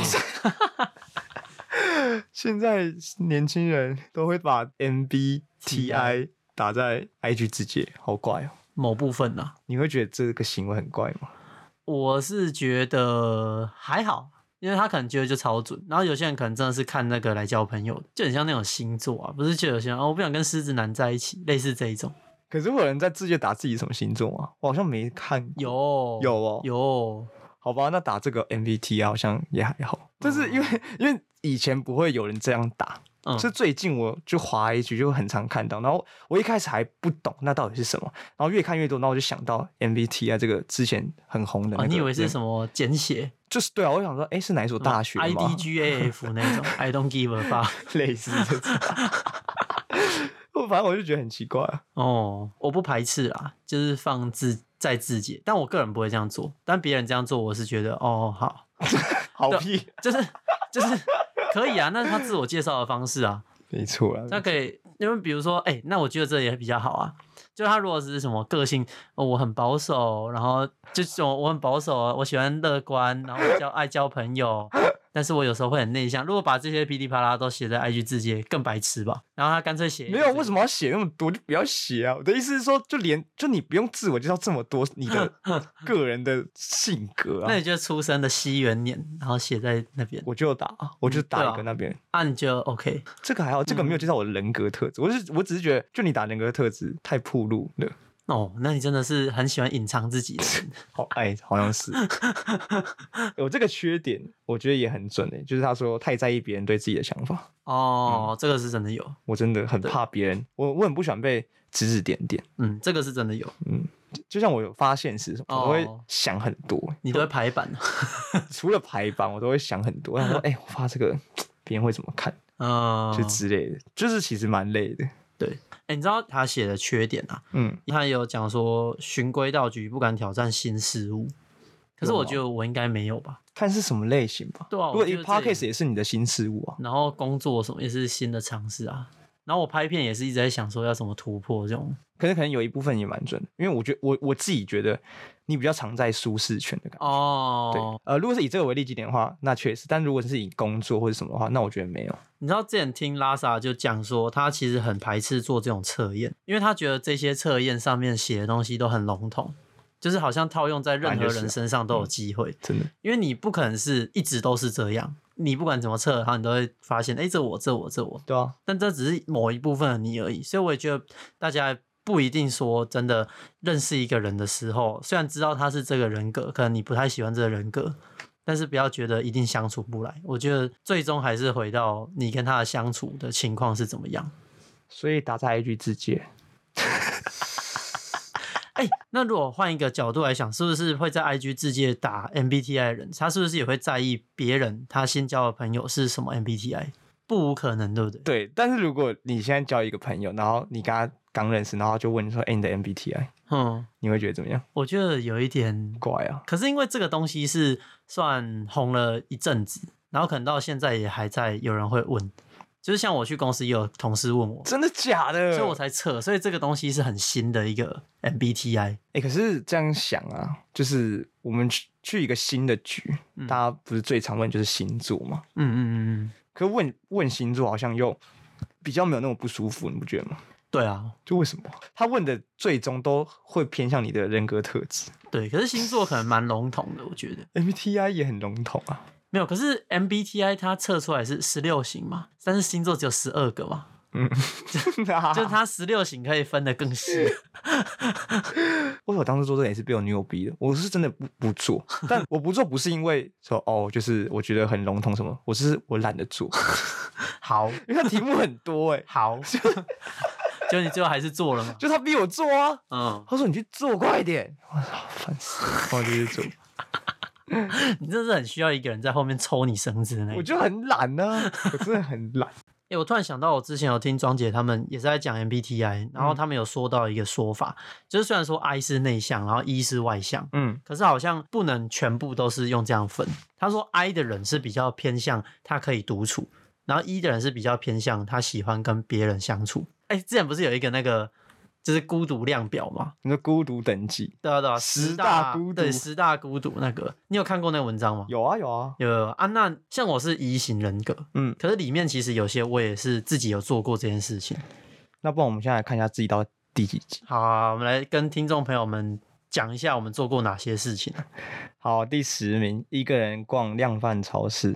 Speaker 1: 现在年轻人都会把 MBTI 打在 IG 字界，好怪哦。
Speaker 2: 某部分呢、
Speaker 1: 你会觉得这个行为很怪吗？
Speaker 2: 我是觉得还好，因为他可能觉得就超准。然后有些人可能真的是看那个来交朋友的，就很像那种星座啊，不是就有些人哦，我不想跟狮子男在一起，类似这一种。
Speaker 1: 可是会有人在字界打自己什么星座吗？我好像没看过。
Speaker 2: 有
Speaker 1: 有哦
Speaker 2: 有，
Speaker 1: 好吧，那打这个 MBTI 好像也还好，但是因为、因为以前不会有人这样打，
Speaker 2: 嗯，
Speaker 1: 是最近我就滑一局就很常看到，然后我一开始还不懂那到底是什么，然后越看越多，然后我就想到 MBTI 啊这个之前很红的那
Speaker 2: 哦，
Speaker 1: 个，
Speaker 2: 你以为是什么简写？嗯
Speaker 1: 就是对啊，我想说，哎、是哪一所大学吗
Speaker 2: I D G A F 那种，I don't give a fuck。
Speaker 1: 类似这种， 我反正我就觉得很奇怪、啊。
Speaker 2: 哦，我不排斥啦，就是放自在自己，但我个人不会这样做，但别人这样做，我是觉得哦好，
Speaker 1: 好
Speaker 2: 对
Speaker 1: 屁，
Speaker 2: 就是就是可以啊，那是他自我介绍的方式啊，
Speaker 1: 没错啊，
Speaker 2: 那可以，因为比如说，哎、那我觉得这也比较好啊。就他如果是什么个性，哦我很保守，然后就是我很保守，啊我喜欢乐观，然后我交爱交朋友，但是我有时候会很内向。如果把这些噼里啪啦都写在 IG 字节，更白痴吧。然后他干脆写
Speaker 1: 没有，为什
Speaker 2: 么？
Speaker 1: 么要写那么多？就不要写啊！我的意思是说，就连就你不用自我介绍这么多，你的 个人的性格
Speaker 2: 那
Speaker 1: 啊
Speaker 2: 你，觉得出生的西元年，然后写在那边，
Speaker 1: 我就打，我就
Speaker 2: 对
Speaker 1: 打
Speaker 2: 啊
Speaker 1: 一个那边。
Speaker 2: 啊，你就 OK
Speaker 1: 这个还好，这个没
Speaker 2: 嗯
Speaker 1: 有介绍我的人格特质，我是我只是觉得，就你打人格特质太暴露了，
Speaker 2: 哦？那你真的是很喜欢隐藏自己的人
Speaker 1: 好哎，好像 是。有这个缺点，我觉得也很准诶、欸就是他说太在意别人对自己的想法，
Speaker 2: 哦，
Speaker 1: 嗯
Speaker 2: 这个是真的有，
Speaker 1: 我真的很怕别人，我我很不喜欢被指指点点，
Speaker 2: 嗯，这个是真的有，
Speaker 1: 嗯。就就像我有发现时，我都会
Speaker 2: 哦
Speaker 1: 想很多、欸
Speaker 2: 你都会排版， 啊
Speaker 1: 除了排版，我都会想很多，我想说，哎、我发这个别人会怎么看，
Speaker 2: 嗯，
Speaker 1: 就之类的，就是其实蛮累的。
Speaker 2: 对，哎，你知道他写的缺点啊？
Speaker 1: 嗯，
Speaker 2: 他有讲说循规蹈矩，不敢挑战新事物。可是
Speaker 1: 有
Speaker 2: 我
Speaker 1: 吗
Speaker 2: 觉得我应该没有吧。
Speaker 1: 看是什么类型吧。
Speaker 2: 对啊
Speaker 1: 如
Speaker 2: 我
Speaker 1: 果
Speaker 2: 觉
Speaker 1: 一
Speaker 2: 得
Speaker 1: podcast
Speaker 2: 这
Speaker 1: 也是你的新事物啊，
Speaker 2: 然后工作什么也是新的尝试啊。然后我拍片也是一直在想说要怎么突破这种。
Speaker 1: 可是可能有一部分也蛮准的，因为我觉得我我自己觉得你比较常在舒适圈的感觉。
Speaker 2: 哦
Speaker 1: 对，，呃，如果是以这个为例基点的话，那确实；但如果是以工作或者什么的话，那我觉得没有。
Speaker 2: 你知道之前听拉萨就讲说，他其实很排斥做这种测验，因为他觉得这些测验上面写的东西都很笼统，就是嗯好像套用在任何
Speaker 1: 反正就是
Speaker 2: 人
Speaker 1: 啊
Speaker 2: 身上都有机会。
Speaker 1: 真的，
Speaker 2: 因为你不可能是一直都是这样，你不管怎么测，然后你都会发现，哎、这我这我这我，
Speaker 1: 对啊，
Speaker 2: 但这只是某一部分的你而已。所以我也觉得大家不一定说真的认识一个人的时候，虽然知道他是这个人格，可能你不太喜欢这个人格，但是不要觉得一定相处不来。我觉得最终还是回到你跟他的相处的情况是怎么样。
Speaker 1: 所以打在 IG 自介，
Speaker 2: 哎、那如果换一个角度来想，是不是会在 IG 自界打 MBTI 的人，他是不是也会在意别人他新交的朋友是什么 MBTI？不无可能，对不对？
Speaker 1: 对。但是如果你现在交一个朋友，然后你跟他刚认识，然后他就问你说：“哎、你的 MBTI，
Speaker 2: 嗯，
Speaker 1: 你会觉得怎么样
Speaker 2: 我觉得有一点？”，
Speaker 1: 怪啊，
Speaker 2: 可是因为这个东西是算红了一阵子，然后可能到现在也还在有人会问，就是像我去公司也有同事问我，
Speaker 1: 真的假的？
Speaker 2: 所以我才测，所以这个东西是很新的一个 MBTI。
Speaker 1: 哎、可是这样想啊，就是我们去去一个新的局，
Speaker 2: 嗯
Speaker 1: 大家不是最常问就是星座嘛？
Speaker 2: 嗯嗯嗯嗯，
Speaker 1: 可问问星座好像又比较没有那么不舒服，你不觉得吗？
Speaker 2: 对啊，
Speaker 1: 就为什么他问的最终都会偏向你的人格特质
Speaker 2: 对。可是星座可能蛮笼统的，我觉得。
Speaker 1: ？MBTI 也很笼统 啊，
Speaker 2: 没有，可是 MBTI 它测出来是十六型嘛，但是星座只有十二个嘛，
Speaker 1: 啊
Speaker 2: 就是它十六型可以分得更细。
Speaker 1: 为什么当时做这个也是被我女友逼的？我是真的不不 做，但我不做不是因为说哦，就是我觉得很笼统什么，我是我懒得 做，
Speaker 2: 好
Speaker 1: 因为它题目很多 哎、
Speaker 2: 好， 就你最后还是做了 嘛？
Speaker 1: 就他逼我做啊，
Speaker 2: 嗯，
Speaker 1: 他说你去做快点，我操，烦死 了，我就去做，
Speaker 2: 你真的是很需要一个人在后面抽你绳子的那一
Speaker 1: 我
Speaker 2: 种。
Speaker 1: 就很懒呢、啊，我真的很懒。
Speaker 2: 哎、我突然想到，我之前有听庄姐他们也是在讲 MBTI，然后
Speaker 1: 嗯
Speaker 2: 他们有说到一个说法，就是虽然说 I 是内向，然后 E 是外向，
Speaker 1: 嗯，
Speaker 2: 可是好像不能全部都是用这样分。他说 I 的人是比较偏向他可以独处，然后 E 的人是比较偏向他喜欢跟别人相处。哎、之前不是有一个那个就是孤独量表吗？
Speaker 1: 你说孤独等级
Speaker 2: 对啊对啊，
Speaker 1: 十
Speaker 2: 十
Speaker 1: 大孤独
Speaker 2: 对十大孤独那个，你有看过那个文章吗？
Speaker 1: 有啊有啊，
Speaker 2: 有有啊，那像我是 E 型人格，
Speaker 1: 嗯，
Speaker 2: 可是里面其实有些我也是自己有做过这件事情。
Speaker 1: 那不然我们现在来看一下自己到第几集？
Speaker 2: 好、啊，我们来跟听众朋友们讲一下我们做过哪些事情。啊
Speaker 1: 好，第十名，一个人逛量贩超市，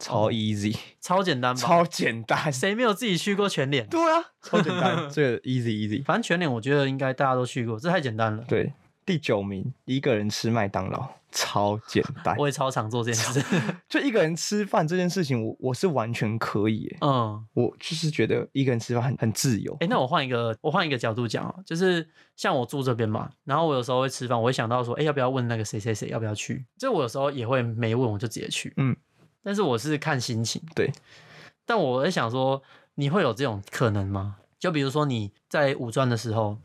Speaker 1: 超 easy，、
Speaker 2: 超简单吧？
Speaker 1: 超简单，
Speaker 2: 谁没有自己去过全脸？
Speaker 1: 对啊，超简 单，这个 easy easy。
Speaker 2: 反正全脸我觉得应该大家都去过，这太简单了。
Speaker 1: 对，第九名，一个人吃麦当劳，超简单。
Speaker 2: 我也超常做这件事。
Speaker 1: 就一个人吃饭这件事情，我我是完全可以耶，
Speaker 2: 嗯，
Speaker 1: 我就是觉得一个人吃饭很很自由。
Speaker 2: 哎、那我换一个，我换一个角度讲哦，就是像我住这边嘛，然后我有时候会吃饭，我会想到说，哎、要不要问那个谁谁谁要不要去？就我有时候也会没问，我就直接去。
Speaker 1: 嗯，
Speaker 2: 但是我是看心情。
Speaker 1: 对，
Speaker 2: 但我在想说，你会有这种可能吗？就比如说你在五专的时候，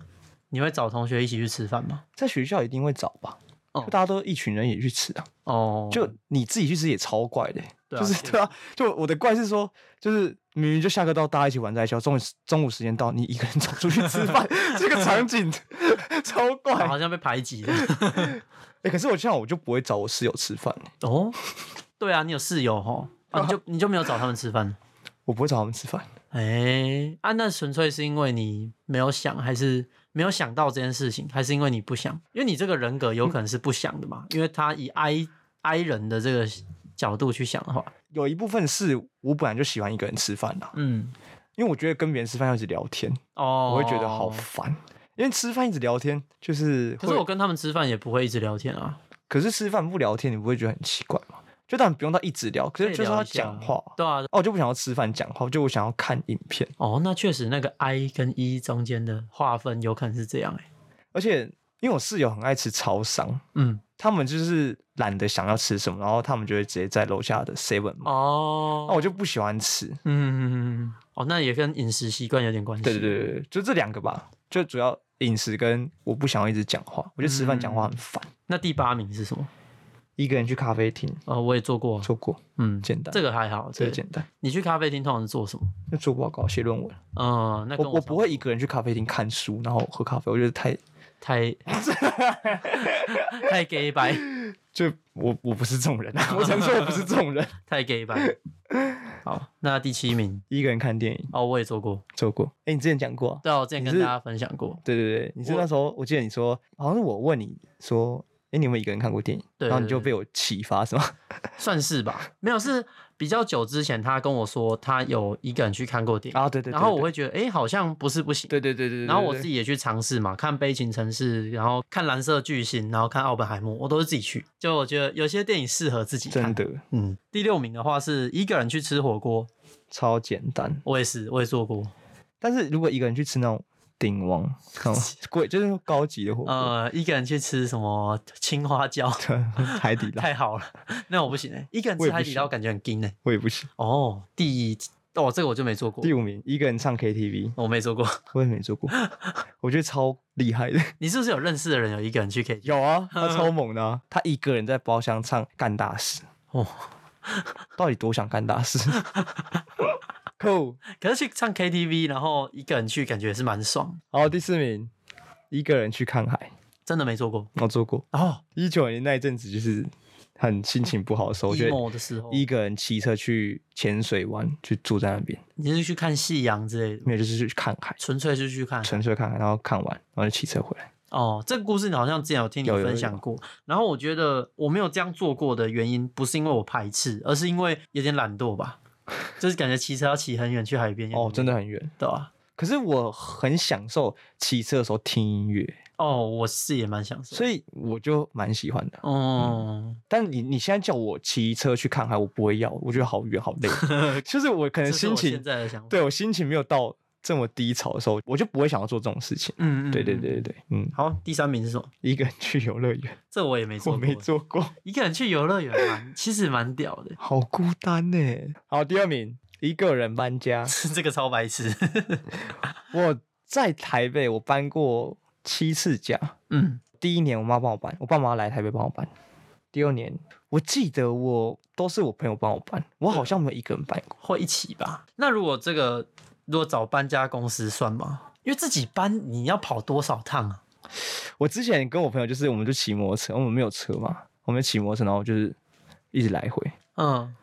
Speaker 2: 你会找同学一起去吃饭吗？
Speaker 1: 在学校一定会找吧，
Speaker 2: 哦
Speaker 1: 就大家都一群人也去吃啊，
Speaker 2: 哦，
Speaker 1: 就你自己去吃也超怪的耶，
Speaker 2: 对啊
Speaker 1: 就是
Speaker 2: 确
Speaker 1: 对啊，就我的怪是说，就是明明就下课到大家一起玩在一起，中午中午时间到，你一个人走出去吃 饭，这个场景 超怪。哎、
Speaker 2: 好像被排挤了。
Speaker 1: 可是我这样我就不会找我室友吃饭耶，
Speaker 2: 哦，对啊，你有室友吼，
Speaker 1: 哦
Speaker 2: 啊、你就你就没有找他们吃饭？
Speaker 1: 我不会找他们吃饭。
Speaker 2: 哎、啊，那纯粹是因为你没有想，还是没有想到这件事情，还是因为你不想？因为你这个人格有可能是不想的嘛，因为他以 I I 人的这个角度去想的话，
Speaker 1: 有一部分是我本来就喜欢一个人吃饭的、
Speaker 2: 嗯，
Speaker 1: 因为我觉得跟别人吃饭要一直聊天，
Speaker 2: 哦，
Speaker 1: 我会觉得好烦。因为吃饭一直聊天，就是
Speaker 2: 可
Speaker 1: 会
Speaker 2: 是我跟他们吃饭也不会一直聊天啊，
Speaker 1: 可是吃饭不聊天，你不会觉得很奇怪吗？就当然不用到一直聊，可
Speaker 2: 可
Speaker 1: 是
Speaker 2: 以
Speaker 1: 就是
Speaker 2: 聊
Speaker 1: 要
Speaker 2: 一下
Speaker 1: 讲话。
Speaker 2: 对啊，
Speaker 1: 哦，我就不想要吃饭讲话，就我想要看影片。
Speaker 2: 哦，那确实那个 I 跟 E 中间的划分有可能是这样、欸，哎，
Speaker 1: 而且因为我室友很爱吃超商，
Speaker 2: 嗯，
Speaker 1: 他们就是懒得想要吃什么，然后他们就会直接在楼下的 Seven 买。
Speaker 2: 哦，
Speaker 1: 那我就不喜欢吃。
Speaker 2: 嗯嗯嗯嗯，哦，那也跟饮食习惯有点关系。
Speaker 1: 对对对对对，就这两个吧，就主要饮食跟我不想要一直讲话，我觉得吃饭讲话很
Speaker 2: 嗯
Speaker 1: 烦。
Speaker 2: 那第八名是什么？
Speaker 1: 一个人去咖啡厅
Speaker 2: 呃，我也做过，
Speaker 1: 做过，
Speaker 2: 嗯，
Speaker 1: 简单，
Speaker 2: 这
Speaker 1: 个
Speaker 2: 个还好。
Speaker 1: 这
Speaker 2: 对
Speaker 1: 个，简单，
Speaker 2: 你去咖啡厅通常是做什么？
Speaker 1: 就做报告、写论文。
Speaker 2: 嗯，那跟
Speaker 1: 我我
Speaker 2: 差
Speaker 1: 不会一个人去咖啡厅看书，然后喝咖啡，我觉得太
Speaker 2: 太太 gay 白，
Speaker 1: 就我我不是这种人啊，我承认我不是这种 人。
Speaker 2: 太 gay 白。好，那第七名
Speaker 1: 一个人看电影
Speaker 2: 哦，我也做过，
Speaker 1: 做过，哎、你之前讲过、啊，
Speaker 2: 对啊，我之前
Speaker 1: 你
Speaker 2: 跟
Speaker 1: 是
Speaker 2: 大家分享过，
Speaker 1: 对对对，你是
Speaker 2: 我
Speaker 1: 那时候我记得你说，好像是我问你说，哎、你有没有一个人看过电影？
Speaker 2: 对
Speaker 1: 然后
Speaker 2: 对
Speaker 1: 你就
Speaker 2: 对
Speaker 1: 被我启发是吗？
Speaker 2: 算是吧。没有，是比较久之前，他跟我说他有一个人去看过电 影，
Speaker 1: 啊，对对对
Speaker 2: 然后我会觉得，哎，好像不是不行。
Speaker 1: 对对对对对，
Speaker 2: 然后我
Speaker 1: 对
Speaker 2: 自己也去尝试嘛，看《悲情城市》，然后看《蓝色巨星》，然后看《奥本海默》，我都是自己去。就我觉得有些电影适合自己看。
Speaker 1: 真的
Speaker 2: 嗯，第六名的话是一个人去吃火锅，
Speaker 1: 超简单。
Speaker 2: 我也是，我也做过。
Speaker 1: 但是如果一个人去吃那种鼎王， 看吗？贵就是高级的火锅，
Speaker 2: 呃，一个人去吃什么青花 椒，
Speaker 1: 对，海底 捞
Speaker 2: 太好了，那我不行哎、一个人
Speaker 1: 我
Speaker 2: 吃
Speaker 1: 也不
Speaker 2: 海底捞
Speaker 1: 行
Speaker 2: 感觉很惊哎、
Speaker 1: 我也不行。
Speaker 2: 哦，第一，哦，这个我就没做过，
Speaker 1: 第五名，一个人唱 KTV，
Speaker 2: 我没做过。
Speaker 1: 我也没做过，我觉得超厉害的。
Speaker 2: 你是不是有认识的人有一个人去 K？
Speaker 1: 有啊，他超猛的、啊，他一个人在包厢唱《干大事》，
Speaker 2: 哦，
Speaker 1: 到底多想干大 事？Cool。
Speaker 2: 可是去唱 KTV，然后一个人去感觉也是蛮爽，
Speaker 1: 好，第四名，一个人去看海，
Speaker 2: 真的没做过。
Speaker 1: 我做过。
Speaker 2: 哦
Speaker 1: 一九年那一阵子就是很心情不好的时候，我觉
Speaker 2: 嗯，emo
Speaker 1: 得
Speaker 2: 的时候，
Speaker 1: 一个人骑车去浅水湾，去住在那边，
Speaker 2: 你是去看夕阳之类的，
Speaker 1: 没有就是去看海，
Speaker 2: 纯粹是去看。
Speaker 1: 纯粹看海，然后看完，然后就骑车回来。
Speaker 2: 哦，这个故事你好像之前有听你
Speaker 1: 有有
Speaker 2: 分享
Speaker 1: 有
Speaker 2: 过。然后我觉得我没有这样做过的原因，不是因为我排斥，而是因为有点懒惰吧，就是感觉骑车要骑很远去海边。
Speaker 1: 哦，真
Speaker 2: 的，
Speaker 1: 的很远。
Speaker 2: 对啊。
Speaker 1: 可是我很享受骑车的时候听音乐，
Speaker 2: 哦，我是也蛮享受。
Speaker 1: 所以嗯我就蛮喜欢的。
Speaker 2: 哦，
Speaker 1: 但你你现在叫我骑车去看海，我不会要，我觉得好远好 累。就是我可
Speaker 2: 这
Speaker 1: 能
Speaker 2: 是
Speaker 1: 心
Speaker 2: 我
Speaker 1: 情
Speaker 2: 现，在的想法。
Speaker 1: 对我心情没有到这么低潮的时候，我就不会想要做这种事情。
Speaker 2: 嗯，嗯
Speaker 1: 对对。
Speaker 2: 嗯
Speaker 1: 对对，嗯，
Speaker 2: 好，第三名是什么？
Speaker 1: 一个人去游乐园，
Speaker 2: 这我也没做
Speaker 1: 我
Speaker 2: 过，
Speaker 1: 没 做过，，
Speaker 2: 一个人去游乐园玩，其实蛮屌的
Speaker 1: 好孤单欸呢。好，第二名，一个人搬家。
Speaker 2: 这个超白痴。
Speaker 1: 我在台北，我搬过七次家。
Speaker 2: 嗯，
Speaker 1: 第一年我妈帮我搬，我爸妈来台北帮我搬。第二年，我记得我都是我朋友帮我搬，我好像没有一个人搬过。
Speaker 2: 会一起吧？那如果这个如果找搬家公司算吗？因为自己搬你要跑多少趟啊？
Speaker 1: 我之前跟我朋友就是，我们就骑摩托车，我们没有车嘛，我们就骑摩托车，然后就是一直来回，
Speaker 2: 嗯，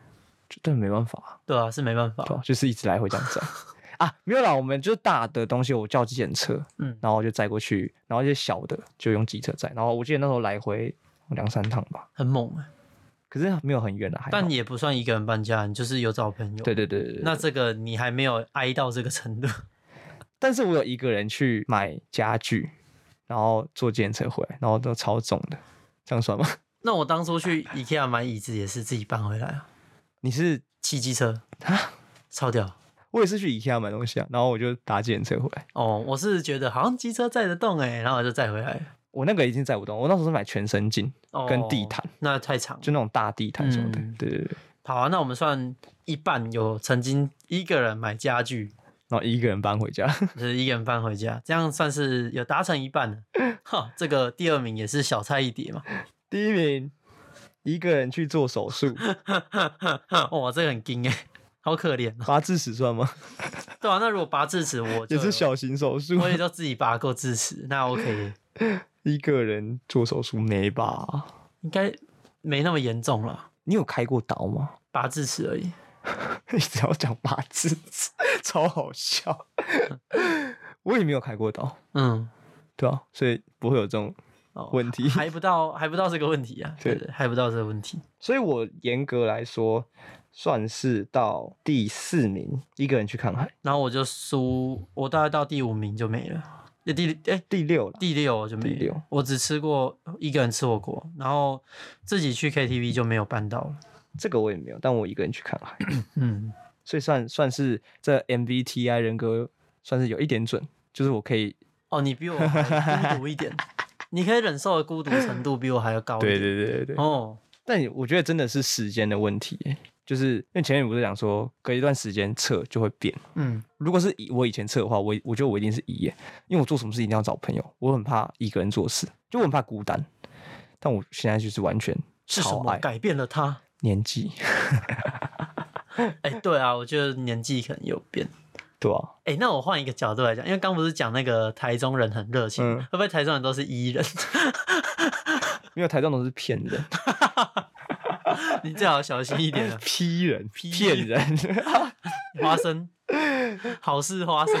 Speaker 1: 就但没办法啊、
Speaker 2: 对啊，是没办法
Speaker 1: 对。吧、就是一直来回这样子啊。啊，没有啦，我们就是大的东西我叫计程车，
Speaker 2: 嗯，
Speaker 1: 然后就载过去，然后一些小的就用机车载，然后我记得那时候来回两三趟吧，
Speaker 2: 很猛欸，
Speaker 1: 可是没有很远的，啊还好
Speaker 2: 但也不算一个人搬家，你就是有找朋友。
Speaker 1: 对，对对对对，
Speaker 2: 那这个你还没有挨到这个程度。
Speaker 1: 但是我有一个人去买家具，然后坐计程车回来，然后都超重的，这样算吗？
Speaker 2: 那我当初去 IKEA 买椅子也是自己搬回来啊，
Speaker 1: 你是
Speaker 2: 骑机车
Speaker 1: 啊？
Speaker 2: 超屌。
Speaker 1: 我也是去宜家买东西啊，然后我就搭计程车回来，
Speaker 2: 哦，我是觉得好像机车载得动哎、然后我就载回来了。
Speaker 1: 我那个已经载不动，我那时候是买全身镜
Speaker 2: 哦，
Speaker 1: 跟地毯，
Speaker 2: 那太长了，
Speaker 1: 就那种大地毯什么的，
Speaker 2: 嗯
Speaker 1: 对对对，
Speaker 2: 好啊，那我们算一半有曾经一个人买家具，
Speaker 1: 然后一个人搬回家。
Speaker 2: 就是一个人搬回家，这样算是有达成一半了。
Speaker 1: 嗯
Speaker 2: 哈，这个第二名也是小菜一碟嘛。
Speaker 1: 第一名，一个人去做手术，
Speaker 2: 哇，这个很惊哎、好可怜哦。
Speaker 1: 拔智齿算吗？
Speaker 2: 对啊，那如果拔智齿，我就
Speaker 1: 也是，小型手术
Speaker 2: 我。也就自己拔过智齿，那 OK，
Speaker 1: 一个人做手术没吧？
Speaker 2: 应该没那么严重了，
Speaker 1: 你有开过刀吗？
Speaker 2: 拔智齿而已。
Speaker 1: 你只要讲拔智齿， 超好笑。我也没有开过刀，
Speaker 2: 嗯，
Speaker 1: 对啊，所以不会有这种
Speaker 2: 哦
Speaker 1: 问题。
Speaker 2: 还不到，还不到这个问题啊，
Speaker 1: 对
Speaker 2: 对，还不到这个问题。
Speaker 1: 所以我严格来说，算是到第四名，一个人去看海。
Speaker 2: 然后我就输，我大概到第五名就没了，第第哎、
Speaker 1: 第六了，
Speaker 2: 第六就
Speaker 1: 第
Speaker 2: 没
Speaker 1: 六
Speaker 2: 有，我只吃过一个人吃火锅，然后自己去 KTV 就没有办到了。
Speaker 1: 这个我也没有，但我一个人去看海，
Speaker 2: 嗯，
Speaker 1: 所以算算是这 MBTI 人格算是有一点准，就是我可以
Speaker 2: 哦，你比我还孤独一点，你可以忍受的孤独程度比我还要高一
Speaker 1: 对
Speaker 2: 点。
Speaker 1: 对对对对。
Speaker 2: 哦，
Speaker 1: 但我觉得真的是时间的问题耶，就是因为前面不是讲说隔一段时间测就会变。
Speaker 2: 嗯，
Speaker 1: 如果是以我以前测的话，我一我觉得我一定是一耶，因为我做什么事一定要找朋友，我很怕一个人做事，就我很怕孤单。但我现在就是完全
Speaker 2: 是什
Speaker 1: 超
Speaker 2: 么
Speaker 1: 爱
Speaker 2: 改变了他？
Speaker 1: 年纪，
Speaker 2: 哎、对啊，我觉得年纪可能有变。
Speaker 1: 对啊，
Speaker 2: 哎、那我换一个角度来讲，因为刚不是讲那个台中人很热情，
Speaker 1: 嗯
Speaker 2: 会不会台中人都是 E 人？
Speaker 1: 因为台中都是骗人、
Speaker 2: 你最好小心一 点啊！
Speaker 1: 批人、
Speaker 2: 批
Speaker 1: 骗人。
Speaker 2: 花生，好事花生。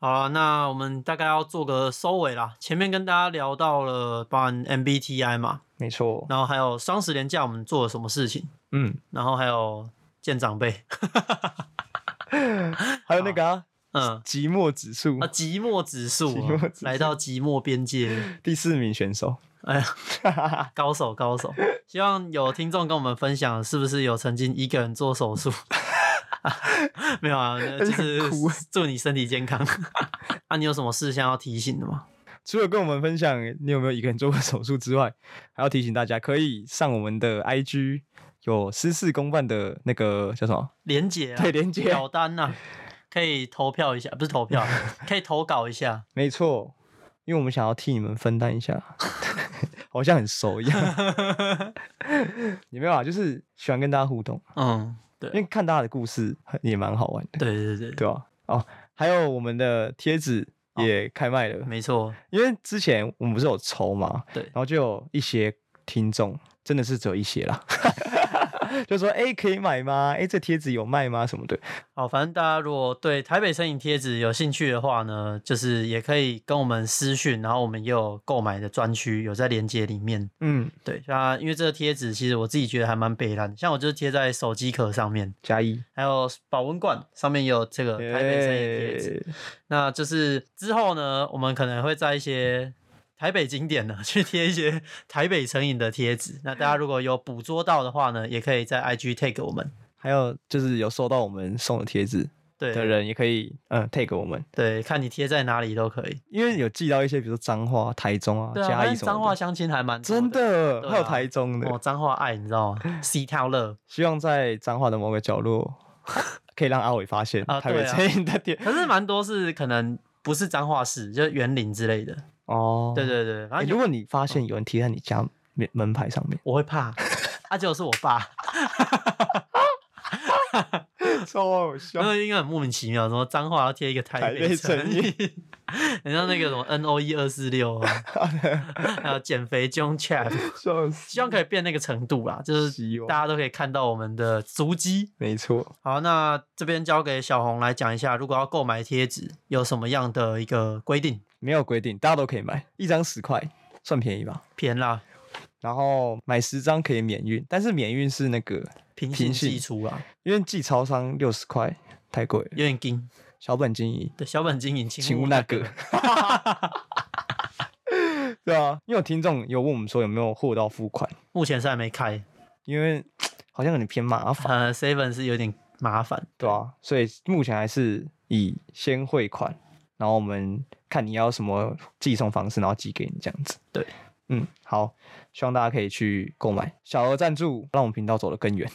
Speaker 2: 好了，那我们大概要做个收尾啦。前面跟大家聊到了，包含 MBTI 嘛，
Speaker 1: 没错，
Speaker 2: 然后还有双十连假我们做了什么事情，
Speaker 1: 嗯，
Speaker 2: 然后还有见长辈，
Speaker 1: 还有那个啊，
Speaker 2: 嗯，
Speaker 1: 寂寞指数
Speaker 2: 啊，寂寞指数
Speaker 1: 寂
Speaker 2: 啊、
Speaker 1: 寞指数
Speaker 2: 来到寂寞边界，
Speaker 1: 第四名选手，
Speaker 2: 哎呀，高手高手！希望有听众跟我们分享，是不是有曾经一个人做手 术？ 没有啊，就是
Speaker 1: 很酷
Speaker 2: 祝你身体健康。 啊，你有什么事项要提醒的吗？
Speaker 1: 除了跟我们分享你有没有一个人做过手术之外，还要提醒大家可以上我们的 IG 有私事公办的那个叫什么？
Speaker 2: 连结啊，
Speaker 1: 对连结
Speaker 2: 表单呐、啊，可以投票一下，不是 投票，可以投稿一下。
Speaker 1: 没错，因为我们想要替你们分担一下， 好像很熟一样。有没有啊？就是喜欢跟大家互动，
Speaker 2: 嗯，
Speaker 1: 因
Speaker 2: 对，
Speaker 1: 为看大家的故事也蛮好玩的，
Speaker 2: 对对对，
Speaker 1: 对吧、哦，还有我们的贴纸
Speaker 2: 哦
Speaker 1: 也开卖了，
Speaker 2: 没错，
Speaker 1: 因为之前我们不是有抽嘛，
Speaker 2: 对
Speaker 1: 然后就有一些听众，真的是只有一些 啦，就说哎、诶可以买吗？哎、这贴纸有卖吗？什么的，
Speaker 2: 好，反正大家如果对台北摄影贴纸有兴趣的话呢，就是也可以跟我们私讯，然后我们也有购买的专区，有在链接里面。
Speaker 1: 嗯，
Speaker 2: 对，那因为这个贴纸其实我自己觉得还蛮北蓝，像我就是贴在手机壳上面，
Speaker 1: 加一，
Speaker 2: 还有保温罐上面也有这个呃台北摄影贴纸。
Speaker 1: 耶
Speaker 2: 那就是之后呢，我们可能会在一些台北景点呢 去贴一些台北成瘾的贴纸。那大家如果有捕捉到的话呢，也可以在 IG tag 我们。
Speaker 1: 还有就是有收到我们送的贴纸的
Speaker 2: 对
Speaker 1: 人，也可以嗯 take 我们，
Speaker 2: 对，看你贴在哪里都可以。
Speaker 1: 因为有寄到一些，比如说彰化、台中啊、
Speaker 2: 对啊，
Speaker 1: 嘉
Speaker 2: 但
Speaker 1: 义
Speaker 2: 是
Speaker 1: 什
Speaker 2: 彰化
Speaker 1: 么的，
Speaker 2: 相亲还蛮多
Speaker 1: 真的、
Speaker 2: 对啊
Speaker 1: 还有台中的，
Speaker 2: 哦，彰化爱你知道吗？C Town 乐。
Speaker 1: 希望在彰化的某个角落 可以让阿伟发现
Speaker 2: 啊
Speaker 1: 台北
Speaker 2: 对啊
Speaker 1: 餐饮的店、
Speaker 2: 可是蛮多是可能不是彰化市，就是园林之类的。
Speaker 1: 哦，
Speaker 2: 对对对，反
Speaker 1: 欸
Speaker 2: 正
Speaker 1: 如
Speaker 2: 有
Speaker 1: 果你发现有人贴在你家门门牌上面，
Speaker 2: 我会怕，啊，结果是我爸，
Speaker 1: 超好笑
Speaker 2: 因为应该很莫名其妙，什么彰化要贴一个台
Speaker 1: 啊台北
Speaker 2: 成
Speaker 1: 成
Speaker 2: 瘾， 很像那个什么 N O E 二四 六啊，还有减肥 John Chap，
Speaker 1: 笑死！
Speaker 2: 希望可以变那个程度啦，就是
Speaker 1: 希望
Speaker 2: 大家都可以看到我们的足迹。
Speaker 1: 没错，
Speaker 2: 好，那这边交给小红来讲一下，如果要购买贴纸，有什么样的一个规定？
Speaker 1: 没有规定，大家都可以买，一张十块，算便宜吧。
Speaker 2: 偏啦，
Speaker 1: 然后买十张可以免运，但是免运是那个，
Speaker 2: 平
Speaker 1: 平
Speaker 2: 行
Speaker 1: 行
Speaker 2: 寄出啦，
Speaker 1: 因为寄超商六十块太贵了，
Speaker 2: 有点硬。
Speaker 1: 小本经营，
Speaker 2: 对，小本经营，
Speaker 1: 请
Speaker 2: 请
Speaker 1: 勿
Speaker 2: 勿
Speaker 1: 那
Speaker 2: 那
Speaker 1: 个
Speaker 2: 个。。
Speaker 1: 对啊，因为有听众有问我们说有没有货到付款，
Speaker 2: 目前是还没开，
Speaker 1: 因为好像有点偏麻烦，
Speaker 2: 呃，Seven 是有点麻烦。
Speaker 1: 对啊，所以目前还是以先汇款，然后我们看你要什么寄送方式，然后寄给你这样子。
Speaker 2: 对，
Speaker 1: 嗯，好，希望大家可以去购买，小额赞助，让我们频道走得更远。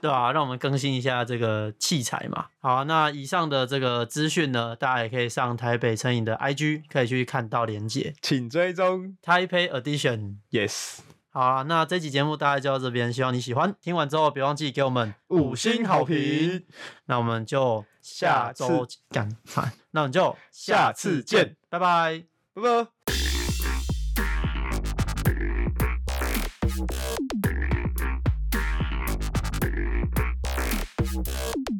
Speaker 2: 对啊，让我们更新一下这个器材嘛。好啊、那以上的这个资讯呢，大家也可以上台北餐饮的 IG 可以去看到连接
Speaker 1: 请追踪
Speaker 2: Taipei Edition。
Speaker 1: ，yes，
Speaker 2: 好啊、那这期节目大概就到这边，希望你喜欢。听完之后别忘记给我们
Speaker 1: 五星好评。
Speaker 2: 那我们就
Speaker 1: 下
Speaker 2: 下周干，那我们就
Speaker 1: 下次见，
Speaker 2: 拜拜。
Speaker 1: 拜拜。